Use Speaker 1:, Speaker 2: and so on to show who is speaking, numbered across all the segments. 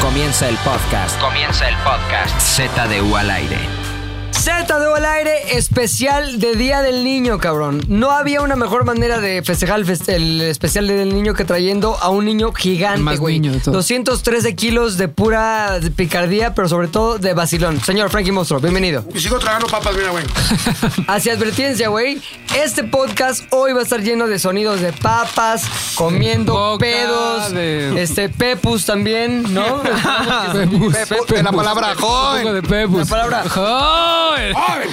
Speaker 1: Comienza el podcast. Comienza el podcast. Z de U al aire.
Speaker 2: Z de al aire especial de Día del Niño, cabrón. No había una mejor manera de festejar el, fest- el especial de Día del Niño que trayendo a un niño gigante,
Speaker 3: Más
Speaker 2: güey.
Speaker 3: niño de todo.
Speaker 2: 213 kilos de pura picardía, pero sobre todo de vacilón. Señor Frankie Monstruo, bienvenido.
Speaker 4: Y sigo tragando papas, mira, güey.
Speaker 2: Hacia advertencia, güey. Este podcast hoy va a estar lleno de sonidos de papas, comiendo
Speaker 3: Boca
Speaker 2: pedos,
Speaker 3: de-
Speaker 2: este pepus también, ¿no?
Speaker 3: Pepus.
Speaker 2: Pepo-
Speaker 3: Pepus.
Speaker 4: la palabra
Speaker 3: Un poco
Speaker 4: joven.
Speaker 3: de Pepus.
Speaker 2: La palabra
Speaker 3: joven.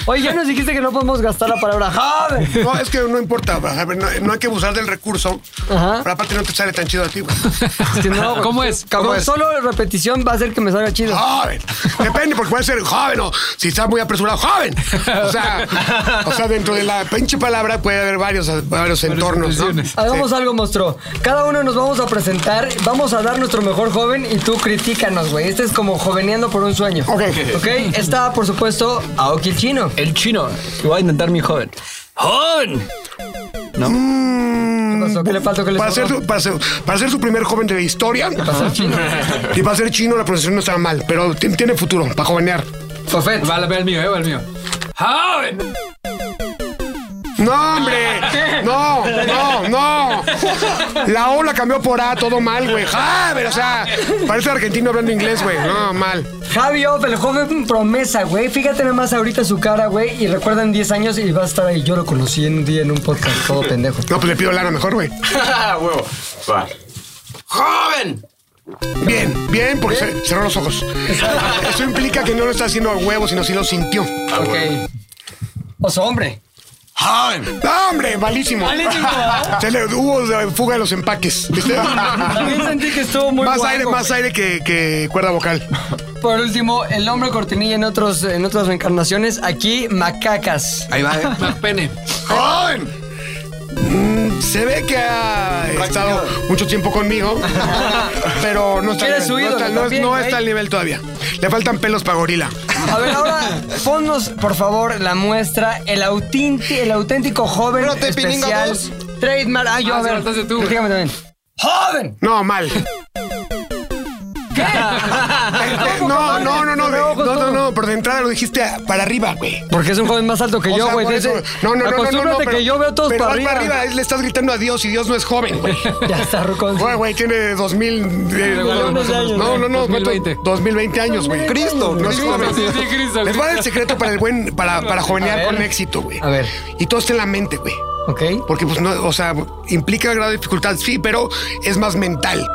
Speaker 2: Oye, ya nos dijiste que no podemos gastar la palabra joven.
Speaker 4: No, es que no importa, güey. A ver, no, no hay que abusar del recurso.
Speaker 2: Ajá.
Speaker 4: Pero aparte no te sale tan chido a ti, güey.
Speaker 2: Es que no, güey.
Speaker 3: ¿Cómo es?
Speaker 2: Cabrón,
Speaker 4: ¿Cómo es?
Speaker 2: solo repetición va a hacer que me salga chido.
Speaker 4: Joven. Depende, porque puede ser joven o si estás muy apresurado, joven. O sea, o sea, dentro de la pinche palabra puede haber varios, varios entornos, ¿no?
Speaker 3: expresiones.
Speaker 2: Hagamos algo, monstruo. Cada uno nos vamos a presentar, vamos a dar nuestro mejor joven y tú critícanos, güey. Este es como joveneando por un sueño.
Speaker 4: Ok.
Speaker 2: Ok, está, por supuesto, Aoki el Chino.
Speaker 5: El chino. Y voy a intentar mi joven. ¡Joven!
Speaker 2: ¿Qué pasó? ¿Qué le faltó? ¿Qué le
Speaker 4: Mm, Para ser,
Speaker 2: sobró?
Speaker 4: su, para, ser, para ser su primer joven de la historia y para ser chino, la profesión no está mal, pero ti- tiene futuro para jovenear.
Speaker 2: Fofet.
Speaker 3: Va, va el mío, eh, va el mío. ¡Joven!
Speaker 4: No, hombre. No, no, no. La O la cambió por A, todo mal, güey. Joven, o sea, parece argentino hablando inglés, güey. No, mal.
Speaker 2: Javi Off, el joven promesa, güey. Fíjate nada más ahorita su cara, güey. Y recuerda en 10 años y va a estar ahí. Yo lo conocí en un día en un podcast, todo pendejo.
Speaker 4: No, pues le pido lana mejor, güey.
Speaker 5: Ah, ¡Huevo! Va. ¡Joven!
Speaker 4: Bien, bien, porque cer- cerró los ojos. Eso implica que no lo está haciendo a huevo, sino sí lo sintió.
Speaker 2: Ok. Oso hombre.
Speaker 5: ¡Joven!
Speaker 4: ¡No, hombre! Malísimo.
Speaker 2: Malísimo, ¿eh?
Speaker 4: Se le hubo de- fuga de los empaques. ¿viste?
Speaker 2: También sentí que estuvo muy
Speaker 4: más
Speaker 2: guango,
Speaker 4: aire,
Speaker 2: güey.
Speaker 4: más aire que, que cuerda vocal.
Speaker 2: Por último, el hombre cortinilla en otros en otras reencarnaciones, aquí macacas.
Speaker 4: Ahí va, eh.
Speaker 3: Más pene.
Speaker 4: ¡Joven! Mm, Se ve que ha estado mucho tiempo conmigo, pero no está, al
Speaker 2: Eres
Speaker 4: nivel,
Speaker 2: su
Speaker 4: no, está,
Speaker 2: ídolo
Speaker 4: no es-
Speaker 2: también, ¿eh?
Speaker 4: no
Speaker 2: güey.
Speaker 4: está al nivel todavía. Le faltan pelos para gorila.
Speaker 2: A ver, ahora ponnos por favor la muestra el auténtico el auténtico joven
Speaker 4: Espérate, Pilinga
Speaker 2: especial
Speaker 4: dos.
Speaker 2: trademark. Ah, yo
Speaker 3: Ah,
Speaker 2: a
Speaker 3: se
Speaker 2: ver.
Speaker 3: faltaste tú, güey.
Speaker 2: Dígame también. Joven.
Speaker 4: No, mal.
Speaker 2: ¿Qué?
Speaker 4: No, no, no, no, no,
Speaker 2: Ojo,
Speaker 4: no, no,
Speaker 2: todo.
Speaker 4: no, por de entrada lo dijiste para arriba, güey.
Speaker 2: Porque es un joven más alto que
Speaker 4: O
Speaker 2: yo,
Speaker 4: sea,
Speaker 2: güey.
Speaker 4: por eso-
Speaker 2: Dice,
Speaker 4: No, no, no, no, no, no,
Speaker 2: Acostúmbrate
Speaker 4: pero-
Speaker 2: que yo veo todos
Speaker 4: pero
Speaker 2: para
Speaker 4: vas
Speaker 2: arriba.
Speaker 4: arriba. es- Le estás gritando a Dios y Dios no es joven, güey.
Speaker 2: Ya está, Rucón.
Speaker 4: Güey, güey, tiene 2000. eh,
Speaker 2: Millones de años,
Speaker 4: No, no, no,
Speaker 3: 2020.
Speaker 4: 2020 años, güey. Cristo, no es joven.
Speaker 3: Sí, sí, Cristo.
Speaker 4: Les voy a dar el secreto para el buen, para, para
Speaker 2: A
Speaker 4: jovenear
Speaker 2: ver.
Speaker 4: con éxito, güey.
Speaker 2: A ver.
Speaker 4: Y todo está en la mente, güey.
Speaker 2: Ok.
Speaker 4: Porque, pues, no, o sea, implica grado de dificultad, sí, pero es más mental.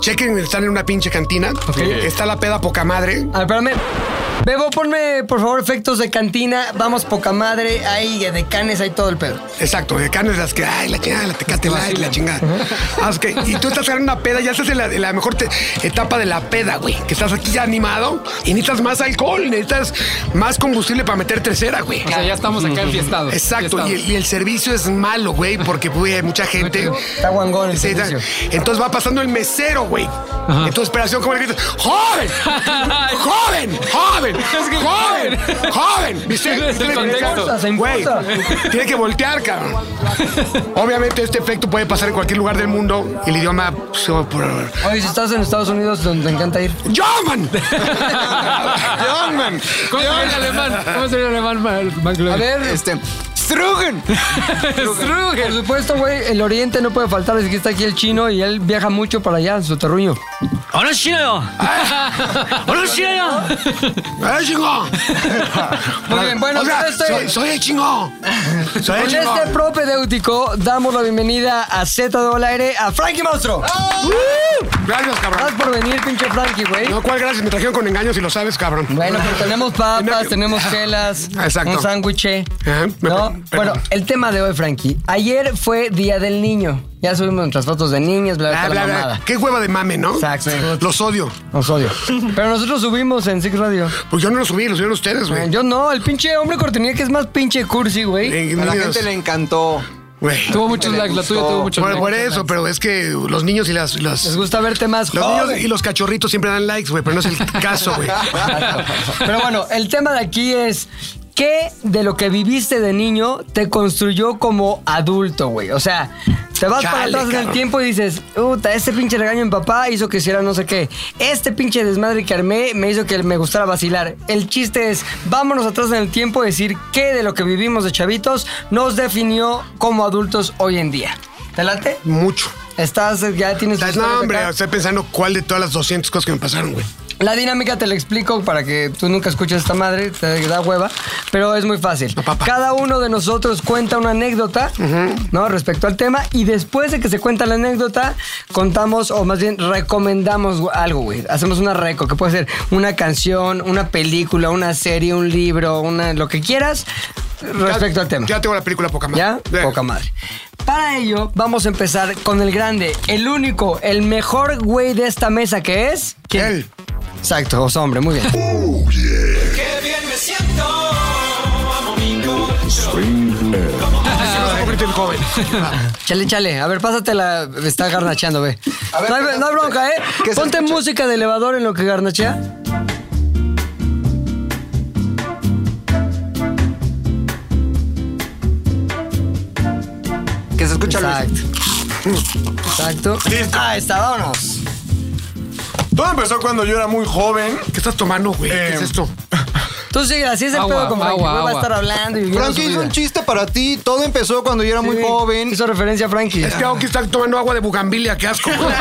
Speaker 4: Chequen, están en una pinche cantina. Está la peda poca madre.
Speaker 2: A ver, espérame. Bebo, ponme por favor efectos de cantina. Vamos, poca madre. Ahí, de canes, ahí todo el pedo.
Speaker 4: Exacto, de carnes las que, ay, la chingada, la tecate, la, la chingada. Ah, ok, y tú estás en una peda, ya estás en la, en la mejor te- etapa de la peda, güey. Que estás aquí ya animado y necesitas más alcohol, necesitas más combustible para meter tercera, güey.
Speaker 3: O sea, ya estamos acá enfiestados.
Speaker 4: Exacto, y
Speaker 3: enfiestados.
Speaker 4: el, y el servicio es malo, güey, porque güey, hay mucha gente.
Speaker 2: Está guangón el
Speaker 4: Sí, está-
Speaker 2: servicio.
Speaker 4: Entonces va pasando el mesero, güey. En tu esperación, como le gritas, ¡joven! ¡Joven! ¡Joven! ¡Joven! ¡Joven! ¿Viste?
Speaker 3: Es el contexto.
Speaker 2: Se
Speaker 4: Güey,
Speaker 2: impulsa.
Speaker 4: tiene que voltear, cabrón. Obviamente, este efecto puede pasar en cualquier lugar del mundo. El idioma. se va por-
Speaker 2: Oye, si estás en Estados Unidos, donde te encanta ir.
Speaker 4: ¡German! ¡German!
Speaker 3: ¿Cómo sería el alemán? ¿Cómo sería el alemán, Mar- Marco?
Speaker 2: A ver,
Speaker 5: Este. ¡Strugen!
Speaker 2: por supuesto, güey, el oriente no puede faltar, así que está aquí el chino y él viaja mucho para allá, su terruño.
Speaker 5: ¡Hola, chino! yo! ¡Hola, chino! yo!
Speaker 4: ¡Eh, chingón!
Speaker 2: Muy bien, bueno,
Speaker 4: Ah, o sea,
Speaker 2: con este-
Speaker 4: soy, soy el chingón. Soy el
Speaker 2: Con
Speaker 4: chingón.
Speaker 2: este propedéutico damos la bienvenida a Z al aire a Frankie Monstruo.
Speaker 4: Ah. Gracias, cabrón.
Speaker 2: Gracias por venir, pinche Frankie, güey.
Speaker 4: No, ¿cuál gracias? Me trajeron con engaños y lo sabes, cabrón.
Speaker 2: Bueno, pero tenemos
Speaker 4: Tenía
Speaker 2: papas,
Speaker 4: que- Ah,
Speaker 2: tenemos gelas,
Speaker 4: Exacto.
Speaker 2: un sándwich.
Speaker 4: Ajá, me-
Speaker 2: ¿no?
Speaker 4: me-
Speaker 2: Bueno, el tema de hoy, Frankie. Ayer fue Día del Niño. Ya subimos nuestras fotos de niños, bla, bla, bla,
Speaker 4: Bla, Ah, bla,
Speaker 2: la
Speaker 4: bla.
Speaker 2: mamada.
Speaker 4: Qué hueva de mame, ¿no?
Speaker 2: Exacto.
Speaker 4: Los odio.
Speaker 2: Nos odio. Pero nosotros subimos en Six Radio.
Speaker 4: Pues yo no los subí, los subieron ustedes, güey.
Speaker 2: Yo no, el pinche hombre cortinilla que es más pinche cursi, güey.
Speaker 4: Eh,
Speaker 5: A la
Speaker 4: niños,
Speaker 5: gente le encantó.
Speaker 4: güey.
Speaker 3: Tuvo muchos likes, la tuya tuvo muchos
Speaker 4: Por,
Speaker 3: likes.
Speaker 4: por eso, pero es que los niños y las... las-
Speaker 2: Les gusta verte más
Speaker 4: los
Speaker 2: joven.
Speaker 4: niños y los cachorritos siempre dan likes, güey, pero no es el caso, güey.
Speaker 2: Pero bueno, el tema de aquí es ¿Qué de lo que viviste de niño te construyó como adulto, güey? O sea, te vas para
Speaker 4: Chale,
Speaker 2: atrás en el
Speaker 4: cabrón.
Speaker 2: tiempo y dices, puta, este pinche regaño en papá hizo que hiciera no sé qué. Este pinche desmadre que armé me hizo que me gustara vacilar. El chiste es, vámonos atrás en el tiempo y decir qué de lo que vivimos de chavitos nos definió como adultos hoy en día. ¿Te late?
Speaker 4: Mucho.
Speaker 2: Estás, ya tienes... tus
Speaker 4: No,
Speaker 2: historias
Speaker 4: hombre,
Speaker 2: acá.
Speaker 4: estoy pensando cuál de todas las 200 cosas que me pasaron, güey.
Speaker 2: La dinámica te la explico para que tú nunca escuches esta madre, te da hueva, pero es muy fácil.
Speaker 4: papá.
Speaker 2: Cada uno de nosotros cuenta una anécdota, ¿no? Respecto al tema, y después de que se cuenta la anécdota, contamos, o más bien recomendamos gu- algo, güey. Hacemos una reco, que puede ser una canción, una película, una serie, un libro, una, lo que quieras respecto
Speaker 4: Ya-
Speaker 2: al tema.
Speaker 4: Ya tengo la película poca madre.
Speaker 2: ¿Ya?
Speaker 4: Eh,
Speaker 2: Poca madre. Para ello, vamos a empezar con el grande, el único, el mejor güey de esta mesa que es.
Speaker 4: Él.
Speaker 2: Exacto, José, hombre, muy bien.
Speaker 4: Vas a convertir en joven.
Speaker 2: Chale, chale. A ver, pásatela. Está garnacheando, ve. no, hay, no hay bronca, ¿eh?
Speaker 4: ¿Qué se
Speaker 2: Ponte
Speaker 4: escucha?
Speaker 2: música de elevador en lo que garnachea.
Speaker 6: Que se escucha Luis.
Speaker 2: Exacto. Exacto.
Speaker 7: Listo.
Speaker 2: Ahí está, vámonos.
Speaker 7: Todo empezó cuando yo era muy joven.
Speaker 4: ¿Qué estás tomando, güey? ¿Qué
Speaker 7: Eh,
Speaker 4: es esto?
Speaker 2: Tú sigue, así es el
Speaker 3: Agua,
Speaker 2: pedo con Frankie.
Speaker 3: agua,
Speaker 2: Güey, va a
Speaker 3: agua.
Speaker 2: estar hablando y viviendo
Speaker 6: Frankie
Speaker 2: su
Speaker 6: hizo
Speaker 2: vida.
Speaker 6: un chiste para ti. Todo empezó cuando yo era muy
Speaker 2: Sí,
Speaker 6: joven.
Speaker 2: Hizo referencia a Frankie.
Speaker 4: Es que Aoki está tomando agua de bugambilia, qué asco. güey.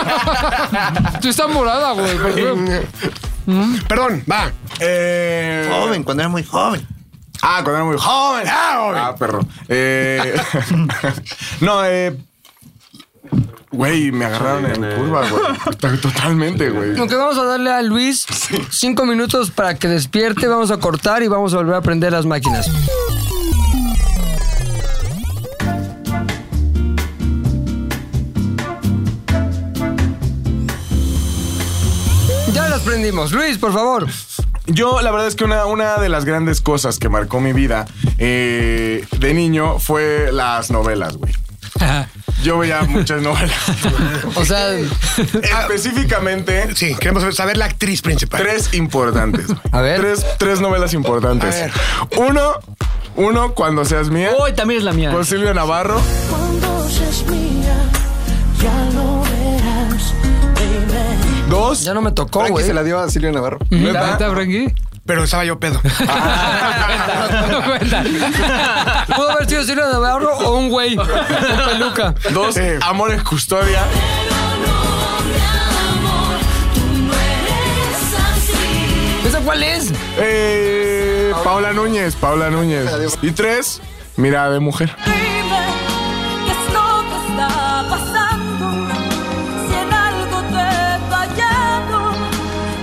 Speaker 3: Tú estás morada, güey. ¿por qué?
Speaker 4: Perdón, va.
Speaker 7: Eh,
Speaker 6: Joven, cuando era muy joven.
Speaker 7: Ah, cuando era muy joven. Ah, joven. Ah, perro. Eh, no, eh. Güey, me agarraron en curva, güey. To- Totalmente, güey.
Speaker 2: Lo que vamos a darle a Luis, cinco minutos para que despierte, vamos a cortar y vamos a volver a prender las máquinas. Ya las prendimos. Luis, por favor.
Speaker 7: Yo, la verdad es que una, una de las grandes cosas que marcó mi vida eh, de niño fue las novelas, güey. Yo veía muchas novelas.
Speaker 2: O sea, Ah.
Speaker 7: Específicamente,
Speaker 4: Sí, queremos saber la actriz principal.
Speaker 7: tres importantes. güey.
Speaker 2: A ver.
Speaker 7: Tres, tres novelas importantes.
Speaker 4: A ver.
Speaker 7: Uno, uno, cuando seas mía.
Speaker 5: Hoy también es la mía.
Speaker 7: Con
Speaker 2: pues,
Speaker 7: Silvia Navarro.
Speaker 8: Cuando seas mía, ya lo verás. Dime,
Speaker 7: Dos.
Speaker 2: ya no me ¿eh? tocó,
Speaker 6: Frankie
Speaker 2: güey.
Speaker 6: se la dio a Silvio Navarro.
Speaker 3: ¿La
Speaker 7: ¿Neta?
Speaker 3: neta, Frankie?
Speaker 4: Pero estaba yo pedo.
Speaker 3: No cuenta.
Speaker 2: Pudo haber sido Silvia Navarro o un güey con peluca.
Speaker 7: Dos,
Speaker 4: Eh.
Speaker 7: amor en custodia.
Speaker 2: ¿Eso cuál es?
Speaker 7: Eh, Paula Núñez, Paula Núñez. Y tres, mirada de mujer.
Speaker 8: dime, ¿qué es lo que está pasando? Si en algo te he fallado,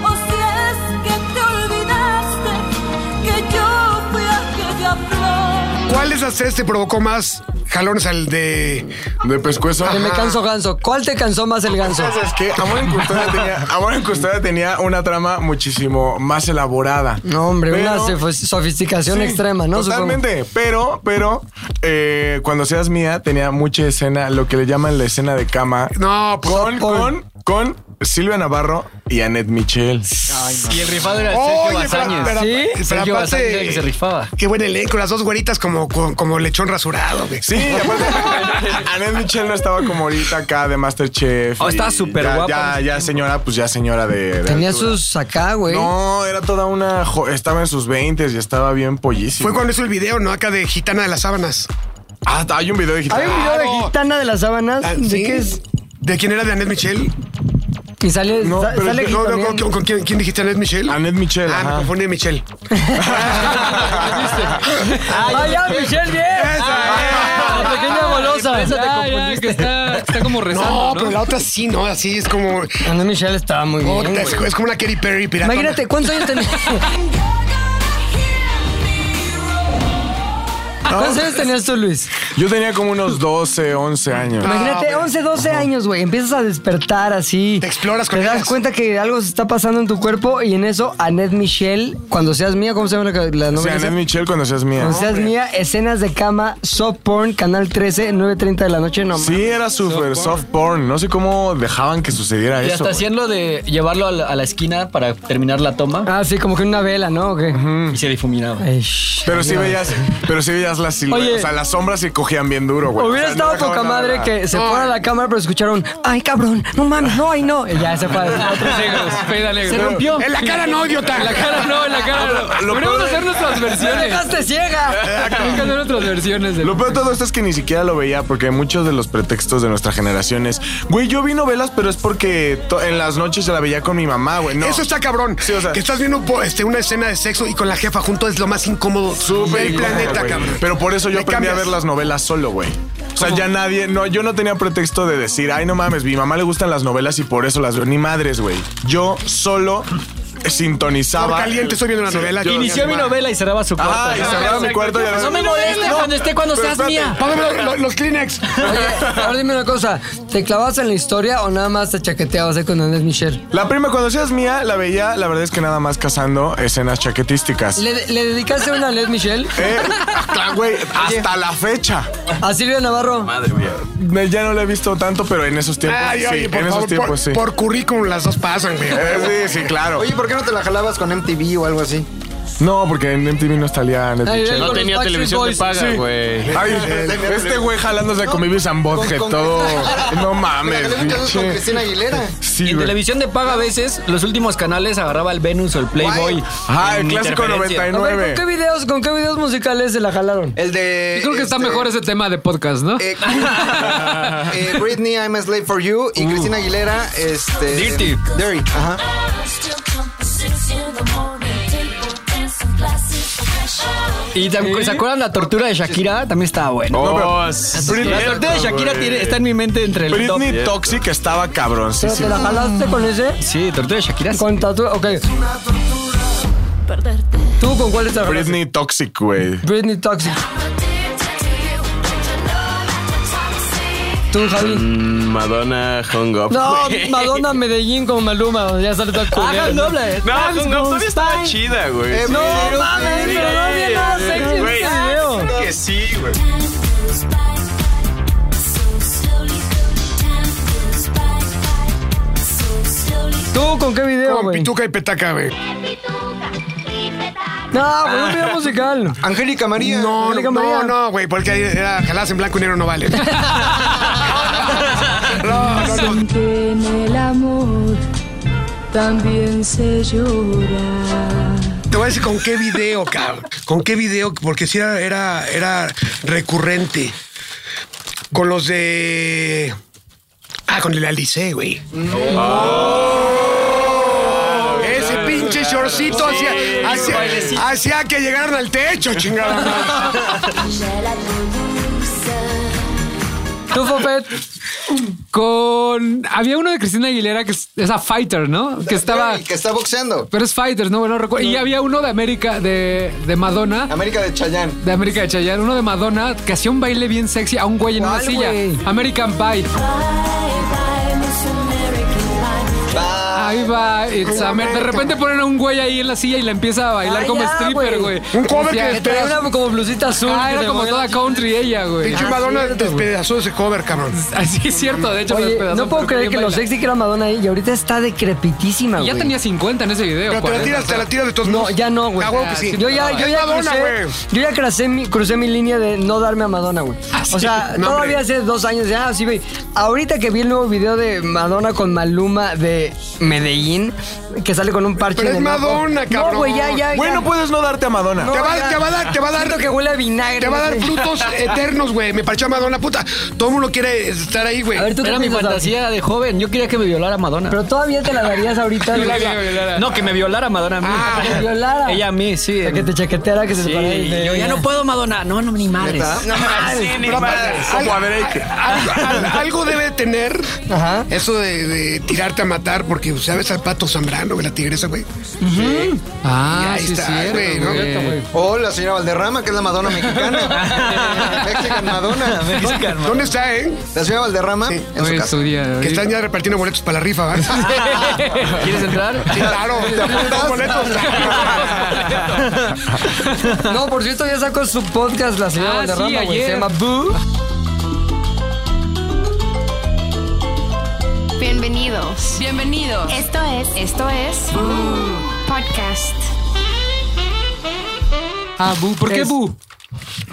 Speaker 8: o si es que te olvidaste que yo fui aquella flor.
Speaker 4: ¿Cuál de esas tres te provocó más jalones al de.
Speaker 7: De pescuezo.
Speaker 2: Que me canso ganso. ¿Cuál te cansó más el ganso?
Speaker 7: ¿Sabes qué? Amor en custodia tenía, Amor en custodia tenía una trama muchísimo más elaborada.
Speaker 2: No, hombre, una
Speaker 7: Pero-
Speaker 2: sofis- sofisticación
Speaker 7: Sí,
Speaker 2: extrema, ¿no? Supongo.
Speaker 7: Totalmente. Pero, pero, eh, cuando seas mía, tenía mucha escena, lo que le llaman la escena de cama.
Speaker 4: No, pues.
Speaker 7: Con, con, con Silvia Navarro y Annette Michel.
Speaker 5: Y el rifado era
Speaker 4: Oye,
Speaker 5: Sergio Bazañez.
Speaker 4: pero- pero-
Speaker 2: ¿Sí?
Speaker 4: pero
Speaker 5: Sergio
Speaker 4: aparte-
Speaker 5: Bazañez era el que se rifaba.
Speaker 4: Qué buen elenco, las dos güeritas como, como, como lechón rasurado, güey.
Speaker 7: Sí, y aparte, Annette Michel no estaba como ahorita acá de Masterchef.
Speaker 5: Oh, estaba
Speaker 7: y
Speaker 5: súper
Speaker 7: ya-
Speaker 5: guapa.
Speaker 7: Ya, ya señora, pues ya señora de. de
Speaker 2: Tenía
Speaker 7: altura.
Speaker 2: sus acá, güey.
Speaker 7: No, era toda una. jo- Estaba en sus 20 y estaba bien pollísimo.
Speaker 4: Fue cuando hizo el video, ¿no? Acá de Gitana de las Sábanas.
Speaker 7: Ah, hay un video digital.
Speaker 2: Hay un video de Gitana de las Sábanas.
Speaker 4: Ah,
Speaker 2: ¿De
Speaker 4: ¿sí?
Speaker 2: qué es?
Speaker 4: ¿De quién era? ¿De Annette Michel?
Speaker 2: Y sale,
Speaker 7: No,
Speaker 2: sa-
Speaker 7: pero
Speaker 2: sale
Speaker 7: es que-
Speaker 4: No, no,
Speaker 2: también.
Speaker 4: ¿con, con- con quién, quién dijiste Annette Michel?
Speaker 7: Annette Michel.
Speaker 4: Ah, me
Speaker 7: ajá.
Speaker 4: confundí de Michelle.
Speaker 2: ¡Ah, ya, Michelle, bien!
Speaker 4: Esa,
Speaker 2: La pequeña golosa.
Speaker 3: Ya, Ah, ya, que está, está como
Speaker 4: No,
Speaker 3: rezando, ¿no?
Speaker 4: pero la otra sí, ¿no? Así es como.
Speaker 2: Ana Michelle estaba muy bien.
Speaker 4: Puta,
Speaker 2: güey.
Speaker 4: es, es como una Katy Perry pirata.
Speaker 2: Imagínate, ¿cuántos años tenía? ¿Cuántos
Speaker 4: pues,
Speaker 2: años tenías tú, Luis?
Speaker 7: Yo tenía como unos 12, 11 años.
Speaker 2: Imagínate, 11, 12 años, güey. Empiezas a despertar así.
Speaker 4: Te exploras con
Speaker 2: Te das
Speaker 4: ellas.
Speaker 2: cuenta que algo se está pasando en tu cuerpo y en eso, Annette Michelle, cuando seas mía, ¿cómo se llama la, la
Speaker 7: O sea,
Speaker 2: novela?
Speaker 7: Ned
Speaker 2: esa?
Speaker 7: Michelle cuando seas mía.
Speaker 2: Cuando seas mía, escenas de cama, soft porn, canal 13, 9.30 de la noche, no
Speaker 7: Sí, era súper soft porn. No sé cómo dejaban que sucediera
Speaker 9: Y
Speaker 7: eso.
Speaker 9: hasta hacían lo de llevarlo a la, a la esquina para terminar la toma
Speaker 2: Ah, sí, como que una vela, ¿no? ¿O qué?
Speaker 9: y se difuminaba.
Speaker 2: Ay, sh-
Speaker 7: Pero sí veías, pero sí veías las siluetas.
Speaker 2: Oye.
Speaker 7: o sea, las sombras se cogían bien duro, güey.
Speaker 2: Hubiera
Speaker 7: O sea,
Speaker 2: estado
Speaker 7: no dejaban
Speaker 2: poca
Speaker 7: nada.
Speaker 2: madre que se fuera a la cámara, pero escucharon, ay cabrón, no mames, no, ay no. Y ya se fue.
Speaker 3: Otros negros, peda negra.
Speaker 9: Se rompió.
Speaker 4: En la cara no, idiota. Ah,
Speaker 3: En la cara no, en la cara no.
Speaker 7: Lo
Speaker 3: Podríamos
Speaker 7: peor-
Speaker 3: hacer nuestras
Speaker 2: ¡Me
Speaker 3: versiones. Hay
Speaker 2: dejaste ciega!
Speaker 3: que hacer nuestras versiones. de-
Speaker 7: Lo peor de todo esto es que ni siquiera lo veía porque muchos de los pretextos de nuestra generación es, güey, yo vi novelas, pero es porque to- en las noches se la veía con mi mamá, güey. No.
Speaker 4: Eso está cabrón.
Speaker 7: Sí, o sea-
Speaker 4: que estás viendo po- este, una escena de sexo y con la jefa junto es lo más incómodo
Speaker 7: Súper
Speaker 4: del
Speaker 7: incómodo,
Speaker 4: planeta,
Speaker 7: güey.
Speaker 4: cabrón.
Speaker 7: Pero por eso yo
Speaker 4: Le
Speaker 7: aprendí a
Speaker 4: cambias.
Speaker 7: ver las novelas solo, güey. O sea, ya nadie, no, yo no tenía pretexto de decir, ay, no mames, mi mamá le gustan las novelas y por eso las veo. Ni madres, güey. Yo solo sintonizaba.
Speaker 4: Por caliente estoy viendo una novela.
Speaker 7: yo-
Speaker 9: Inició mi novela y cerraba su cuarto.
Speaker 7: Ah, y cerraba mi cuarto y
Speaker 9: no me molestes cuando esté cuando seas mía.
Speaker 4: Pásame lo- lo- los Kleenex.
Speaker 7: pues
Speaker 2: Oye, ahora dime una cosa, ¿te clavabas en la historia o nada más te chaqueteabas ahí con Andrés Michel?
Speaker 7: La prima, cuando seas mía, la veía, la verdad es que nada más cazando escenas chaquetísticas.
Speaker 2: ¿Le, le dedicaste una a Andrés Michel?
Speaker 7: Eh, ah, güey, hasta la fecha.
Speaker 2: ¿A Silvia Navarro?
Speaker 7: Me- Ya no la he visto tanto, pero en esos tiempos.
Speaker 4: Ay,
Speaker 7: sí,
Speaker 4: oye, por
Speaker 7: en
Speaker 4: favor,
Speaker 7: esos tiempos
Speaker 4: por,
Speaker 7: sí.
Speaker 4: por currículum las dos pasan, güey.
Speaker 7: Eh, sí, sí, claro.
Speaker 6: Oye, ¿por qué no te la jalabas con MTV o algo así?
Speaker 7: No, porque en MTV no salía Ned
Speaker 2: Ay,
Speaker 7: Michelle.
Speaker 2: ay,
Speaker 10: No
Speaker 2: con
Speaker 10: tenía
Speaker 2: los
Speaker 10: televisión de
Speaker 2: Backstreet Boys.
Speaker 10: paga, güey.
Speaker 7: Ay, este güey jalándose a Convivios and Butthead,
Speaker 6: con-
Speaker 7: todo. No mames,
Speaker 6: Mira, tenemos con
Speaker 7: pinche.
Speaker 6: Cristina Aguilera.
Speaker 7: Sí,
Speaker 9: en
Speaker 7: güey.
Speaker 9: televisión de paga a veces los últimos canales agarraba el Venus o el Playboy.
Speaker 7: Ah, el
Speaker 9: en
Speaker 7: clásico
Speaker 9: interferencia.
Speaker 2: A ver, ¿con
Speaker 7: 99.
Speaker 2: qué videos, con qué videos musicales se la jalaron?
Speaker 6: El de.
Speaker 3: Yo Creo que está
Speaker 6: este,
Speaker 3: mejor ese tema de podcast, ¿no?
Speaker 6: eh, eh, Britney, I'm a Slave for You.
Speaker 7: Uh.
Speaker 6: Y Cristina Aguilera, este.
Speaker 9: Dirty.
Speaker 6: Dirty, ajá.
Speaker 9: Y también, ¿se acuerdan la tortura de Shakira? También estaba bueno.
Speaker 7: No, pero-
Speaker 10: Oh, sí.
Speaker 7: Britney-
Speaker 9: la tortura de Shakira tiene- está en mi mente entre el top.
Speaker 7: Britney Toxic estaba
Speaker 2: ¿Pero te la
Speaker 7: cabroncísima.
Speaker 2: jalaste con ese?
Speaker 9: Sí, tortura de Shakira. sí.
Speaker 2: Con tatu... Ok. ¿Tú con cuál te la jalaste?
Speaker 7: Britney Toxic, güey.
Speaker 2: Britney Toxic. ¿Tú, Javi?
Speaker 10: Mm, Madonna Hung Up.
Speaker 2: No, Madonna Medellín con Maluma. Ya sale toda culera.
Speaker 9: Hagan doble.
Speaker 10: Ah, No, Hung Up todavía estaba chida, güey.
Speaker 6: Eh,
Speaker 10: Sí.
Speaker 6: no,
Speaker 2: mames, pero no había nada sexy en
Speaker 10: Güey,
Speaker 2: ese video.
Speaker 10: que sí, güey.
Speaker 2: ¿Tú con qué video,
Speaker 4: Con
Speaker 2: güey? No,
Speaker 4: pituca y petaca, güey.
Speaker 2: güey,
Speaker 10: Ah.
Speaker 2: un video musical.
Speaker 6: Angélica María.
Speaker 4: No,
Speaker 2: Angélica
Speaker 4: no,
Speaker 2: María.
Speaker 4: no, no, güey, porque ahí era jaladas en blanco y negro no vale. No, no, no.
Speaker 8: En el amor también se llora.
Speaker 4: Te voy a decir con qué video, cabrón. Con qué video, porque sí era, era, era recurrente. Con los de. Ah, con el Alice, güey.
Speaker 2: Oh.
Speaker 4: Ese pinche shortcito hacía- hacía, hacía que llegaran al techo, chingada.
Speaker 2: Ah,
Speaker 4: madre.
Speaker 2: ¿Tú, Fopet?
Speaker 3: Con. Había uno de Cristina Aguilera que es esa Fighter, ¿no? Que estaba.
Speaker 6: Que está boxeando.
Speaker 3: Pero es Fighters, ¿no? Bueno, no recuerdo. Y había uno de América, de, de Madonna.
Speaker 6: América de Chayán.
Speaker 3: De América de Chayanne, uno de Madonna que hacía un baile bien sexy a un güey en una
Speaker 2: ¿Cuál,
Speaker 3: silla.
Speaker 2: güey?
Speaker 3: American Pie. Ahí va, it's Amer- De repente ponen a un güey ahí en la silla y la empieza a bailar
Speaker 2: Ah,
Speaker 3: como
Speaker 2: ya,
Speaker 3: stripper,
Speaker 2: güey.
Speaker 3: güey.
Speaker 4: Un cover
Speaker 3: Decía-
Speaker 4: que
Speaker 2: Traía una como blusita azul.
Speaker 3: Ah,
Speaker 2: que
Speaker 3: era
Speaker 2: se
Speaker 3: como
Speaker 2: movía
Speaker 3: toda
Speaker 2: la-
Speaker 3: country ella, güey.
Speaker 4: Pinche
Speaker 2: Ah,
Speaker 4: Madonna
Speaker 2: cierto, güey.
Speaker 4: despedazó ese cover, cabrón.
Speaker 3: Así es cierto, de hecho.
Speaker 2: Oye,
Speaker 3: despedazó
Speaker 2: no puedo
Speaker 3: porque
Speaker 2: creer que
Speaker 3: bien
Speaker 2: lo
Speaker 3: baila.
Speaker 2: sexy que era Madonna ahí y ahorita está decrepitísima,
Speaker 3: Y
Speaker 2: güey.
Speaker 3: Ya tenía 50 en ese video.
Speaker 4: Pero te la
Speaker 3: 40.
Speaker 4: tiras, te la tiras de todos
Speaker 2: No,
Speaker 4: modos.
Speaker 2: ya no, güey.
Speaker 4: Ah, huevo que sí.
Speaker 2: Yo ya, yo
Speaker 4: Es
Speaker 2: ya
Speaker 4: Madonna,
Speaker 2: crucé,
Speaker 4: güey.
Speaker 2: yo ya crucé mi, crucé mi línea de no darme a Madonna, güey. O sea,
Speaker 4: Ah, No,
Speaker 2: todavía hace dos años ya, sí, güey. Ahorita que vi el nuevo video de Madonna con Maluma de Medellín, que sale con un parche
Speaker 4: Pero
Speaker 2: de
Speaker 4: es
Speaker 2: mago.
Speaker 4: Madonna, cabrón. pues,
Speaker 2: No, güey, ya, ya, ya.
Speaker 7: Bueno, puedes no darte a Madonna.
Speaker 4: Te va,
Speaker 2: ya.
Speaker 4: te va a dar, te va a
Speaker 2: Siento
Speaker 4: dar.
Speaker 2: que huele a vinagre.
Speaker 4: Te va a dar
Speaker 2: güey.
Speaker 4: frutos eternos, güey. Me parchó a Madonna, puta. Todo el mundo quiere estar ahí, güey.
Speaker 2: A ver, tú qué
Speaker 9: Era mi
Speaker 2: piensas,
Speaker 9: fantasía de joven. Yo quería que me violara Madonna.
Speaker 2: David? Pero todavía te la darías ahorita. güey.
Speaker 9: no, que me violara Madonna a mí.
Speaker 4: Ah,
Speaker 2: que violara.
Speaker 9: Ella a mí, sí.
Speaker 2: O sea, que te chaqueteara, que se
Speaker 9: Sí,
Speaker 2: separara de-
Speaker 9: y yo ya no puedo, Madonna. No, no, ni madres.
Speaker 4: Pero aparte,
Speaker 7: Como a
Speaker 4: al-
Speaker 7: Drake.
Speaker 4: al- al- algo debe tener
Speaker 2: Ajá.
Speaker 4: eso de, de tirarte a matar, porque, o sea, ¿Sabes al pato Zambrano, güey, la tigresa, güey?
Speaker 3: Ah,
Speaker 4: Y ahí
Speaker 3: sí,
Speaker 4: está,
Speaker 3: sí.
Speaker 4: güey, ¿no?
Speaker 6: O la señora Valderrama, que es la Madonna mexicana. Mexican Madonna. Mexican Madonna.
Speaker 4: ¿Dónde está, eh?
Speaker 6: La señora Valderrama en su
Speaker 3: Hoy
Speaker 6: casa.
Speaker 3: estudia.
Speaker 4: Que están ya repartiendo boletos para la rifa, ¿verdad?
Speaker 9: ¿Quieres entrar?
Speaker 4: Sí, claro, dos boletos.
Speaker 2: No, por cierto, ya sacó su podcast la señora
Speaker 3: Ah,
Speaker 2: Valderrama,
Speaker 3: sí,
Speaker 2: güey. Se
Speaker 3: ayer.
Speaker 2: llama Boo.
Speaker 11: Bienvenidos. Bienvenidos. Esto es. Esto es.
Speaker 10: Uh.
Speaker 11: Podcast.
Speaker 3: Ah, Bu. ¿Por qué
Speaker 2: Es-
Speaker 3: Bu?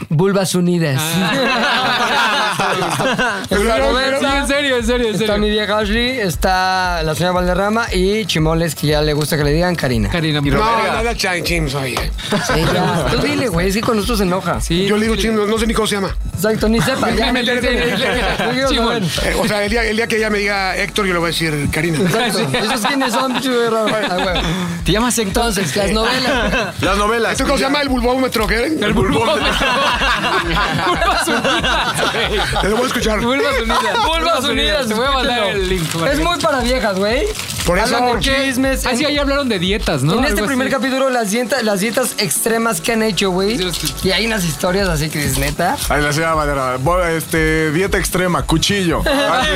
Speaker 2: Bulbas Unidas.
Speaker 3: Ah.
Speaker 2: Está
Speaker 3: Sí,
Speaker 2: Roberta,
Speaker 3: en serio, en serio, en
Speaker 2: Está mi
Speaker 3: serio.
Speaker 2: vieja Ashley, está la señora Valderrama y Chimoles, que ya le gusta que le digan Karina.
Speaker 3: Karina,
Speaker 4: No,
Speaker 3: no.
Speaker 4: nada chanchims, oye.
Speaker 2: Sí, ya. Tú dile, güey, es que con nosotros se enoja.
Speaker 3: Sí.
Speaker 4: eh. Yo le digo chinos, no sé ni cómo se llama.
Speaker 2: Exacto, ni sepa. ya.
Speaker 3: Dile, dile, dile, dile.
Speaker 2: No quiero
Speaker 3: Chimol.
Speaker 2: saber.
Speaker 4: Eh, o sea, el día, el día que ella me diga Héctor, yo le voy a decir Karina.
Speaker 2: Exacto. ¿Esos quiénes son? churro? Ah, güey.
Speaker 9: Te llamas Héctor.
Speaker 2: Entonces, las novelas.
Speaker 7: Las novelas.
Speaker 4: ¿Esto cómo se llama el bulbómetro? ¿Qué?
Speaker 3: El
Speaker 4: El
Speaker 3: bulbómetro. Bulbas Unidas, güey.
Speaker 4: Lo voy a escuchar.
Speaker 3: Bulbas Unidas.
Speaker 2: Bulbas Unidas,
Speaker 3: Te voy a mandar
Speaker 2: escúchenlo.
Speaker 3: el link.
Speaker 2: Es muy para viejas, güey.
Speaker 4: Por eso-
Speaker 2: Hablan de chismes.
Speaker 3: Así Ah, ahí hablaron de dietas, ¿no?
Speaker 2: En este
Speaker 3: Algo
Speaker 2: primer
Speaker 3: así.
Speaker 2: capítulo, las, dienta- las dietas extremas que han hecho, güey.
Speaker 3: Sí, los-
Speaker 2: Y hay unas historias así que dices, neta.
Speaker 7: Ahí la señora Valera. bo- Este, dieta extrema, cuchillo. Ah, sí.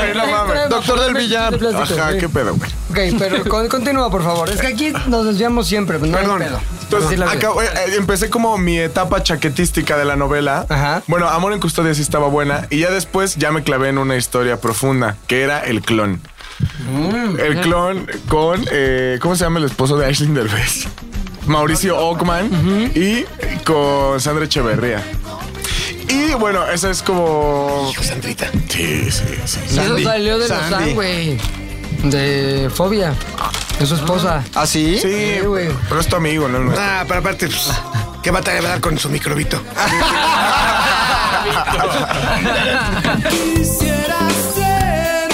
Speaker 7: Ay, no mames.
Speaker 2: Doctor del
Speaker 7: Villar. Ajá, qué pedo, güey.
Speaker 2: Ok, pero con- continúa, por favor. Es que aquí nos desviamos siempre, pero no hay
Speaker 4: Perdón.
Speaker 2: pedo.
Speaker 7: Entonces,
Speaker 2: Sí, la-
Speaker 7: acabo- eh, eh, empecé como mi etapa chaquetística de la novela.
Speaker 2: Ajá.
Speaker 7: Bueno, Amor en Custodia sí estaba buena. Y ya después ya me clavé en una historia profunda, que era el clon. El clon con, eh, ¿cómo se llama el esposo de Aisling Derbez? Mauricio Ockman y con Sandra Echeverría. Y bueno, esa es como...
Speaker 4: Sandrita.
Speaker 7: Sí, sí, sí.
Speaker 2: Eso salió de los
Speaker 6: Sandy.
Speaker 2: güey. De fobia. De su esposa.
Speaker 6: ¿Ah, sí?
Speaker 7: Sí,
Speaker 2: güey.
Speaker 7: pero es tu amigo, ¿no? no es-
Speaker 4: Ah, pero aparte, pues, ¿qué batalla va a dar con su microbito?
Speaker 6: Ah,
Speaker 3: Ah.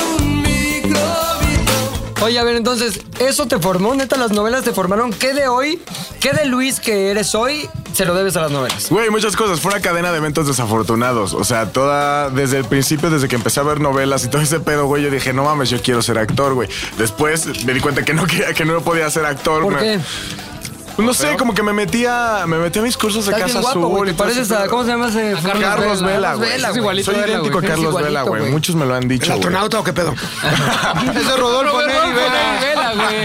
Speaker 2: Oye, a ver, entonces, ¿eso te formó? Neta, las novelas te formaron. ¿Qué de hoy? ¿Qué de Luis que eres hoy? Se lo debes a las novelas.
Speaker 7: Güey, muchas cosas. Fue una cadena de eventos desafortunados. O sea, toda. Desde el principio, desde que empecé a ver novelas y todo ese pedo, güey, yo dije, no mames, yo quiero ser actor, güey. Después me di cuenta que no, quería- que no podía ser actor.
Speaker 2: ¿Por
Speaker 7: Me-
Speaker 2: qué?
Speaker 7: No sé, como que me metía, me metía a mis cursos de
Speaker 2: Estás bien
Speaker 7: Casa
Speaker 2: guapo,
Speaker 7: Azul.
Speaker 2: güey.
Speaker 7: y
Speaker 2: Te
Speaker 7: todo ese
Speaker 2: pareces a.
Speaker 7: pedo.
Speaker 2: ¿Cómo se llama ese?
Speaker 3: Carlos
Speaker 7: Carlos Vela, güey.
Speaker 3: Es igualito
Speaker 7: Soy
Speaker 3: a Vela,
Speaker 7: idéntico a
Speaker 3: güey.
Speaker 7: Carlos
Speaker 2: igualito,
Speaker 7: Vela, güey.
Speaker 2: güey.
Speaker 7: Muchos me lo han
Speaker 4: ¿El
Speaker 7: dicho. güey.
Speaker 4: astronauta o qué pedo?
Speaker 6: Ese es Rodolfo Neri Vela.
Speaker 3: Vela, güey.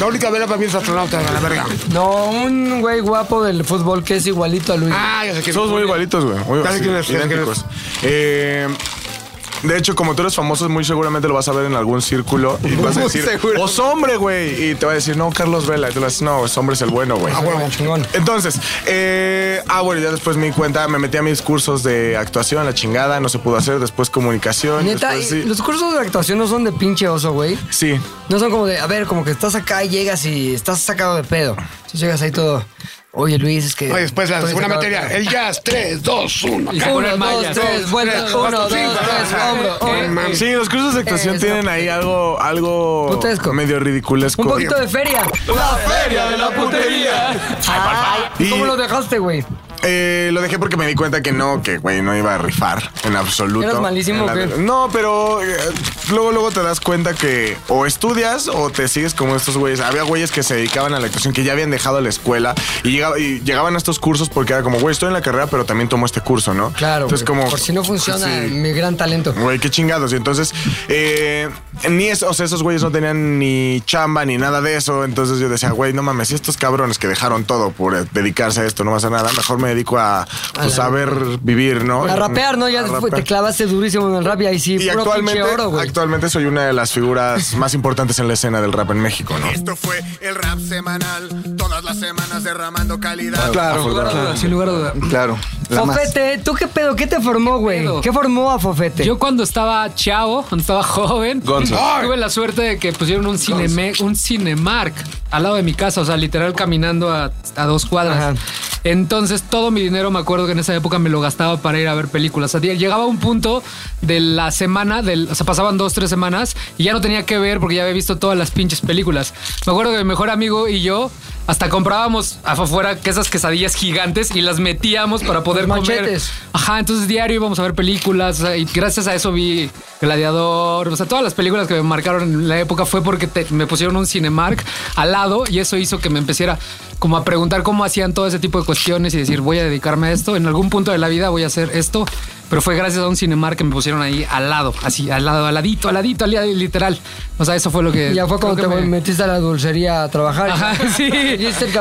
Speaker 4: La única vela para mí es astronauta, la verga.
Speaker 2: No, un güey guapo del fútbol que es igualito a Luis.
Speaker 4: Ah, ya sé quién.
Speaker 7: Somos muy igualitos, güey. Muy
Speaker 4: Ya sé
Speaker 7: así,
Speaker 4: quién es, ya sé quién
Speaker 7: idénticos. Eh, De hecho, como tú eres famoso, muy seguramente lo vas a ver en algún círculo y vas a
Speaker 6: Muy
Speaker 7: decir,
Speaker 6: seguro.
Speaker 7: ¡Os hombre, güey! Y te va a decir, no, Carlos Vela. Y tú le dices, no, Os hombre es el bueno, güey.
Speaker 4: Ah, huevo.
Speaker 2: Chingón.
Speaker 7: Entonces, eh, ah, bueno, ya después me di cuenta, me metí a mis cursos de actuación, la chingada, no se pudo hacer, después comunicación.
Speaker 2: Neta,
Speaker 7: después,
Speaker 2: y los cursos de actuación no son de pinche oso, güey.
Speaker 7: sí. sí.
Speaker 2: No son como de, a ver, como que estás acá y llegas y estás sacado de pedo. Entonces llegas ahí todo. Oye, Luis, es que.
Speaker 4: Oye, después la
Speaker 2: estoy
Speaker 4: segunda
Speaker 2: sacado de
Speaker 4: materia. eh.
Speaker 2: pedo".
Speaker 4: El jazz, 3, 2, 1.
Speaker 2: Uno,
Speaker 3: Poner
Speaker 2: dos,
Speaker 3: mallas.
Speaker 2: tres,
Speaker 4: Dos,
Speaker 2: vuelta.
Speaker 4: tres,
Speaker 2: Uno, dos,
Speaker 4: cuatro, cinco,
Speaker 2: tres,
Speaker 4: ajá.
Speaker 2: hombro.
Speaker 4: Eh,
Speaker 2: hombro.
Speaker 7: Sí, los cursos de actuación
Speaker 2: Eso.
Speaker 7: tienen ahí algo, algo
Speaker 2: Eh, Putesco.
Speaker 7: medio ridiculesco.
Speaker 2: Un poquito de feria.
Speaker 7: La feria de la putería.
Speaker 2: Ay, ¿Cómo
Speaker 7: Y-
Speaker 2: lo dejaste, güey?
Speaker 7: Eh, lo dejé porque me di cuenta que no, que güey, no iba a rifar en absoluto.
Speaker 2: ¿Eras malísimo
Speaker 7: En la-
Speaker 2: o qué?
Speaker 7: No, pero eh, luego, luego te das cuenta que o estudias o te sigues como estos güeyes. Había güeyes que se dedicaban a la actuación, que ya habían dejado la escuela y, llegaba- y llegaban a estos cursos porque era como, güey, estoy en la carrera, pero también tomo este curso, ¿no?
Speaker 2: Claro,
Speaker 7: Entonces,
Speaker 2: güey,
Speaker 7: como. pues
Speaker 2: por si no funciona
Speaker 7: Sí.
Speaker 2: mi gran talento.
Speaker 7: Güey, qué chingados. Y entonces, eh, ni es- o sea, esos güeyes no tenían ni chamba ni nada de eso. Entonces yo decía, güey, no mames, si estos cabrones que dejaron todo por eh, dedicarse a esto no va a hacer nada, mejor me dedico a, pues,
Speaker 2: la-
Speaker 7: saber vivir, ¿no?
Speaker 2: A rapear, ¿no? Ya
Speaker 7: A
Speaker 2: fue-
Speaker 7: rapear.
Speaker 2: te clavaste durísimo en el rap y ahí sí,
Speaker 7: Y
Speaker 2: puro
Speaker 7: actualmente,
Speaker 2: pinche oro, güey.
Speaker 7: actualmente soy una de las figuras más importantes en la escena del rap en México, ¿no?
Speaker 12: Esto fue el rap semanal, todas las semanas derramando calidad.
Speaker 3: Sin lugar a duda, Sin lugar a duda.
Speaker 6: Ah, Claro. La más.
Speaker 2: Fofete, ¿tú qué pedo? ¿Qué te formó, güey?
Speaker 3: pedo?
Speaker 2: ¿Qué formó a Fofete?
Speaker 3: Yo cuando estaba chavo, cuando estaba joven,
Speaker 7: Gonzo.
Speaker 3: tuve la suerte de que pusieron un, cineme, un Cinemark al lado de mi casa, o sea, literal caminando a, a dos cuadras.
Speaker 2: Ajá.
Speaker 3: Entonces todo mi dinero, me acuerdo que en esa época me lo gastaba para ir a ver películas. O sea, llegaba un punto de la semana, del, o sea, pasaban dos, tres semanas y ya no tenía que ver porque ya había visto todas las pinches películas. Me acuerdo que mi mejor amigo y yo hasta comprábamos afuera que esas quesadillas gigantes y las metíamos para poder comer.
Speaker 2: machetes.
Speaker 3: Ajá, entonces diario íbamos a ver películas o sea, y gracias a eso vi Gladiador, o sea, todas las películas que me marcaron en la época fue porque te- me pusieron un Cinemark al lado y eso hizo que me empezara como a preguntar cómo hacían todo ese tipo de cuestiones y decir, voy a dedicarme a esto, en algún punto de la vida voy a hacer esto, pero fue gracias a un Cinemark que me pusieron ahí al lado, así, al lado, al ladito, al ladito, al ladito, literal. O sea, eso fue lo que...
Speaker 2: Ya fue cuando te
Speaker 3: creo que me-
Speaker 2: metiste a la dulcería a trabajar.
Speaker 3: Ajá, sí.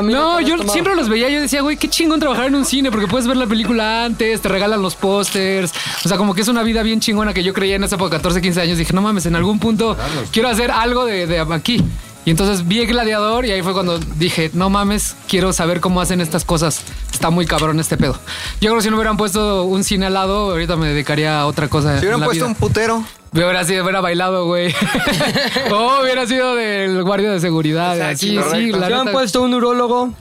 Speaker 3: no, yo siempre los veía, yo decía, güey, qué chingón trabajar en un cine, porque puedes ver la película antes, te regalan los pósters. O sea, como que es una vida bien chingona que yo creía en esa época, 14, 15 años. Dije, no mames, en algún punto quiero hacer algo de, de aquí. Y entonces vi el gladiador y ahí fue cuando dije, no mames, quiero saber cómo hacen estas cosas. Está muy cabrón este pedo. Yo creo que si no hubieran puesto un cine al lado, ahorita me dedicaría a otra cosa.
Speaker 6: Si hubieran
Speaker 3: en la
Speaker 6: puesto
Speaker 3: vida.
Speaker 6: un putero.
Speaker 3: Me hubiera sido, hubiera bailado, güey. o hubiera sido del guardia de seguridad. así, sí, la
Speaker 2: ¿Te
Speaker 3: neta.
Speaker 2: han puesto un urólogo?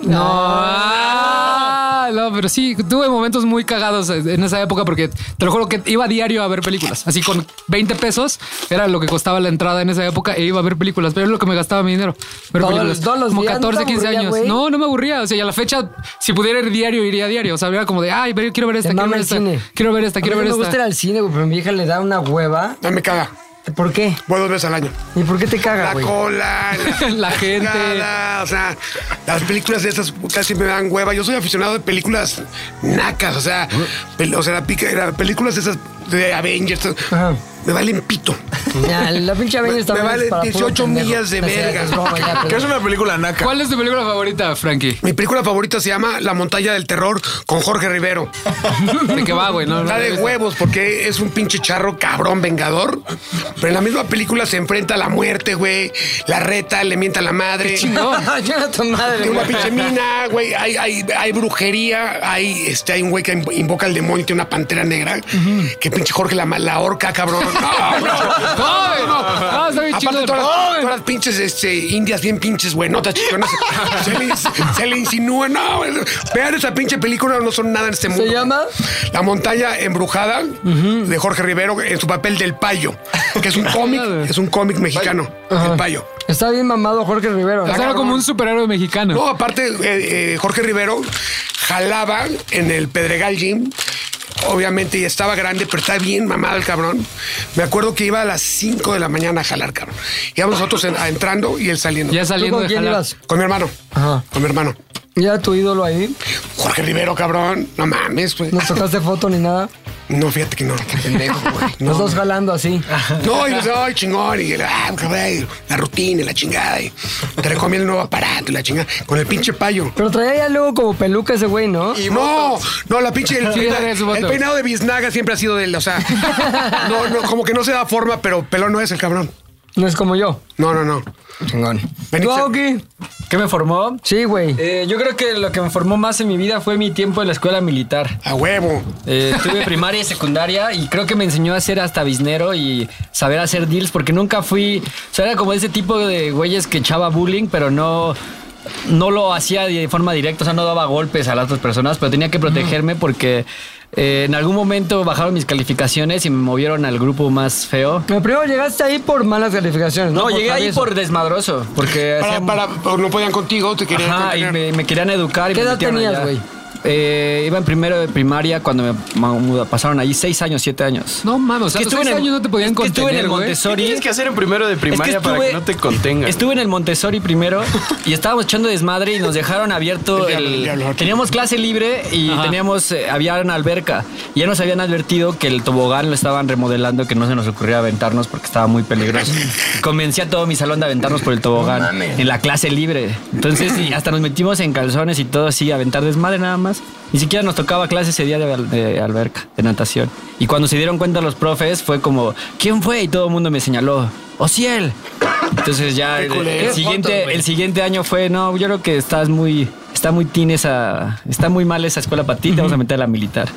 Speaker 3: No. Ah, no, pero sí, tuve momentos muy cagados en esa época porque te lo juro que iba diario a ver películas. Así con 20 pesos era lo que costaba la entrada en esa época e iba a ver películas, pero era lo que me gastaba mi dinero. Ver
Speaker 2: Todos-
Speaker 3: películas.
Speaker 2: todos los
Speaker 3: como
Speaker 2: días, ¿no te
Speaker 3: 14, 15
Speaker 2: aburría,
Speaker 3: años.
Speaker 2: güey?
Speaker 3: No, no me aburría. O sea, y a la fecha, si pudiera ir diario, iría diario. O sea, era como de, ay, pero yo quiero ver esta,
Speaker 2: Te
Speaker 3: quiero
Speaker 2: mama
Speaker 3: ver
Speaker 2: el
Speaker 3: esta,
Speaker 2: cine.
Speaker 3: quiero ver esta,
Speaker 2: A
Speaker 3: quiero
Speaker 2: mí
Speaker 3: ver
Speaker 2: no me
Speaker 3: esta.
Speaker 2: gusta ir al cine, güey, pero mi vieja le da una hueva.
Speaker 4: No me caga.
Speaker 2: ¿Por qué?
Speaker 4: Voy dos veces al año.
Speaker 2: ¿Y por qué te caga,
Speaker 4: La
Speaker 2: güey?
Speaker 4: cola, la,
Speaker 3: La gente.
Speaker 4: chingada, o sea, las películas de esas casi me dan hueva. Yo soy aficionado de películas nacas, o sea, pel- o sea, la pica- la- películas de esas de Avengers. todo. Me valen pito.
Speaker 2: Ya, la pinche Avengers
Speaker 4: Me
Speaker 2: también es
Speaker 4: valen
Speaker 2: para puro
Speaker 4: 18
Speaker 2: pendejo.
Speaker 4: millas de
Speaker 2: O sea,
Speaker 4: verga.
Speaker 2: es broma, ya, pero-
Speaker 7: ¿Qué es una película naca?
Speaker 3: ¿Cuál es tu película favorita, Frankie?
Speaker 4: Mi película favorita se llama La montaña del terror con Jorge Rivero.
Speaker 3: ¿De qué va, güey? No, no
Speaker 4: Está
Speaker 3: la he
Speaker 4: de
Speaker 3: visto.
Speaker 4: huevos porque es un pinche charro cabrón vengador. Pero en la misma película se enfrenta a la muerte, güey. La reta, le mienta a la madre.
Speaker 3: chingón.
Speaker 2: Llega tu madre,
Speaker 4: Hay una
Speaker 2: güey.
Speaker 4: pinche mina, güey. Hay, hay- hay brujería. Hay, este, hay un güey que inv- invoca al demonio, tiene una pantera negra. Que pinche Jorge la, ma- la horca, cabrón. No, no,
Speaker 3: ¡Joven! No, Ah, está bien
Speaker 4: Aparte,
Speaker 3: chingón.
Speaker 4: todas las,
Speaker 3: ¡Joven!
Speaker 4: todas las pinches este, indias bien pinches buenotas, chichonas. se, le, se le insinúa. No, vean esa pinche película, no son nada en este mundo.
Speaker 2: ¿Se llama?
Speaker 4: La montaña embrujada de Jorge Rivero en su papel del payo, que es un cómic, es un cómic mexicano, el payo.
Speaker 2: Está bien mamado Jorge Rivero.
Speaker 3: O sea, era como un superhéroe mexicano.
Speaker 4: No, aparte, eh, eh, Jorge Rivero jalaba en el Pedregal Gym. Obviamente, y estaba grande, pero está bien mamado el cabrón. Me acuerdo que iba a las 5 de la mañana a jalar, cabrón. Íbamos nosotros en- a- entrando y él saliendo.
Speaker 3: Ya
Speaker 2: ¿Tú
Speaker 3: saliendo
Speaker 2: con
Speaker 3: de
Speaker 2: quién
Speaker 3: jalar.
Speaker 2: ibas?
Speaker 4: Con mi hermano.
Speaker 2: Ajá.
Speaker 4: Con mi hermano.
Speaker 2: ¿Ya tu ídolo ahí?
Speaker 4: Jorge Rivero, cabrón. No mames, güey.
Speaker 2: ¿No tocaste foto ni nada?
Speaker 4: No, fíjate que no. Pendejo, güey.
Speaker 2: Los dos jalando así.
Speaker 4: No, y los ay, chingón, y ah, cabrón, la rutina, y la chingada, y te recomiendo el nuevo aparato, y la chingada, con el pinche payo.
Speaker 2: Pero traía ya luego como peluca ese güey, ¿no?
Speaker 4: no, no, la pinche. El,
Speaker 3: Sí,
Speaker 4: peina-
Speaker 3: trae su botox.
Speaker 4: el peinado de biznaga siempre ha sido del. O sea, no, no, como que no se da forma, pero pelón no es el cabrón.
Speaker 2: No es como yo.
Speaker 4: No, no, no.
Speaker 2: Chingón.
Speaker 4: Benito.
Speaker 2: ¿Tú, Aoki?
Speaker 9: ¿Qué me formó?
Speaker 2: Sí, güey.
Speaker 9: Eh, yo creo que lo que me formó más en mi vida fue mi tiempo en la escuela militar.
Speaker 4: A huevo.
Speaker 9: Eh, tuve primaria y secundaria y creo que me enseñó a ser hasta biznero y saber hacer deals porque nunca fui, o sea, era como ese tipo de güeyes que echaba bullying, pero no no lo hacía de forma directa, o sea, no daba golpes a las otras personas, pero tenía que protegerme porque eh, en algún momento bajaron mis calificaciones y me movieron al grupo más feo.
Speaker 2: Pero Primero llegaste ahí por malas calificaciones, ¿no?
Speaker 9: Oh. No, llegué ahí
Speaker 2: travieso.
Speaker 9: por desmadroso, porque
Speaker 4: Para,
Speaker 9: hacía-
Speaker 4: para, no podían contigo, te querían.
Speaker 9: Ajá, y
Speaker 4: contener.
Speaker 9: me, me querían educar. y
Speaker 2: ¿Qué
Speaker 9: me
Speaker 2: edad
Speaker 9: metieron
Speaker 2: tenías,
Speaker 9: allá.
Speaker 2: güey?
Speaker 9: Eh, iba en primero de primaria cuando me ma- muda- pasaron allí seis años, siete años.
Speaker 3: No mames, o sea,
Speaker 9: Que
Speaker 3: los
Speaker 9: estuve
Speaker 3: seis
Speaker 9: en el-
Speaker 3: años no te
Speaker 9: es
Speaker 3: podían
Speaker 9: que estuve en
Speaker 3: contener,
Speaker 9: el
Speaker 3: güey.
Speaker 10: ¿Qué
Speaker 9: Montessori.
Speaker 10: tienes que hacer en primero de
Speaker 9: Es que
Speaker 10: primaria para
Speaker 9: estuve-
Speaker 10: que no te contengan?
Speaker 9: Estuve en el Montessori primero y estábamos echando desmadre y nos dejaron abierto
Speaker 4: El diablo, el
Speaker 9: el...
Speaker 4: diablo.
Speaker 9: teníamos clase libre y teníamos... eh, había una alberca. Y ya nos habían advertido que el tobogán lo estaban remodelando, que no se nos ocurría aventarnos porque estaba muy peligroso. Y Convencí a todo mi salón de aventarnos por el tobogán en la clase libre. Entonces y hasta nos metimos en calzones y todo así, a aventar desmadre nada más. Ni siquiera nos tocaba clase ese día de, al- de alberca, de natación. Y cuando se dieron cuenta los profes fue como, ¿quién fue? Y todo el mundo me señaló, Ociel. Entonces ya el, el
Speaker 4: culero.
Speaker 9: siguiente, el siguiente año fue, no, yo creo que estás muy, está muy teen esa, está muy mal esa escuela para ti, te vamos a meter a la militar.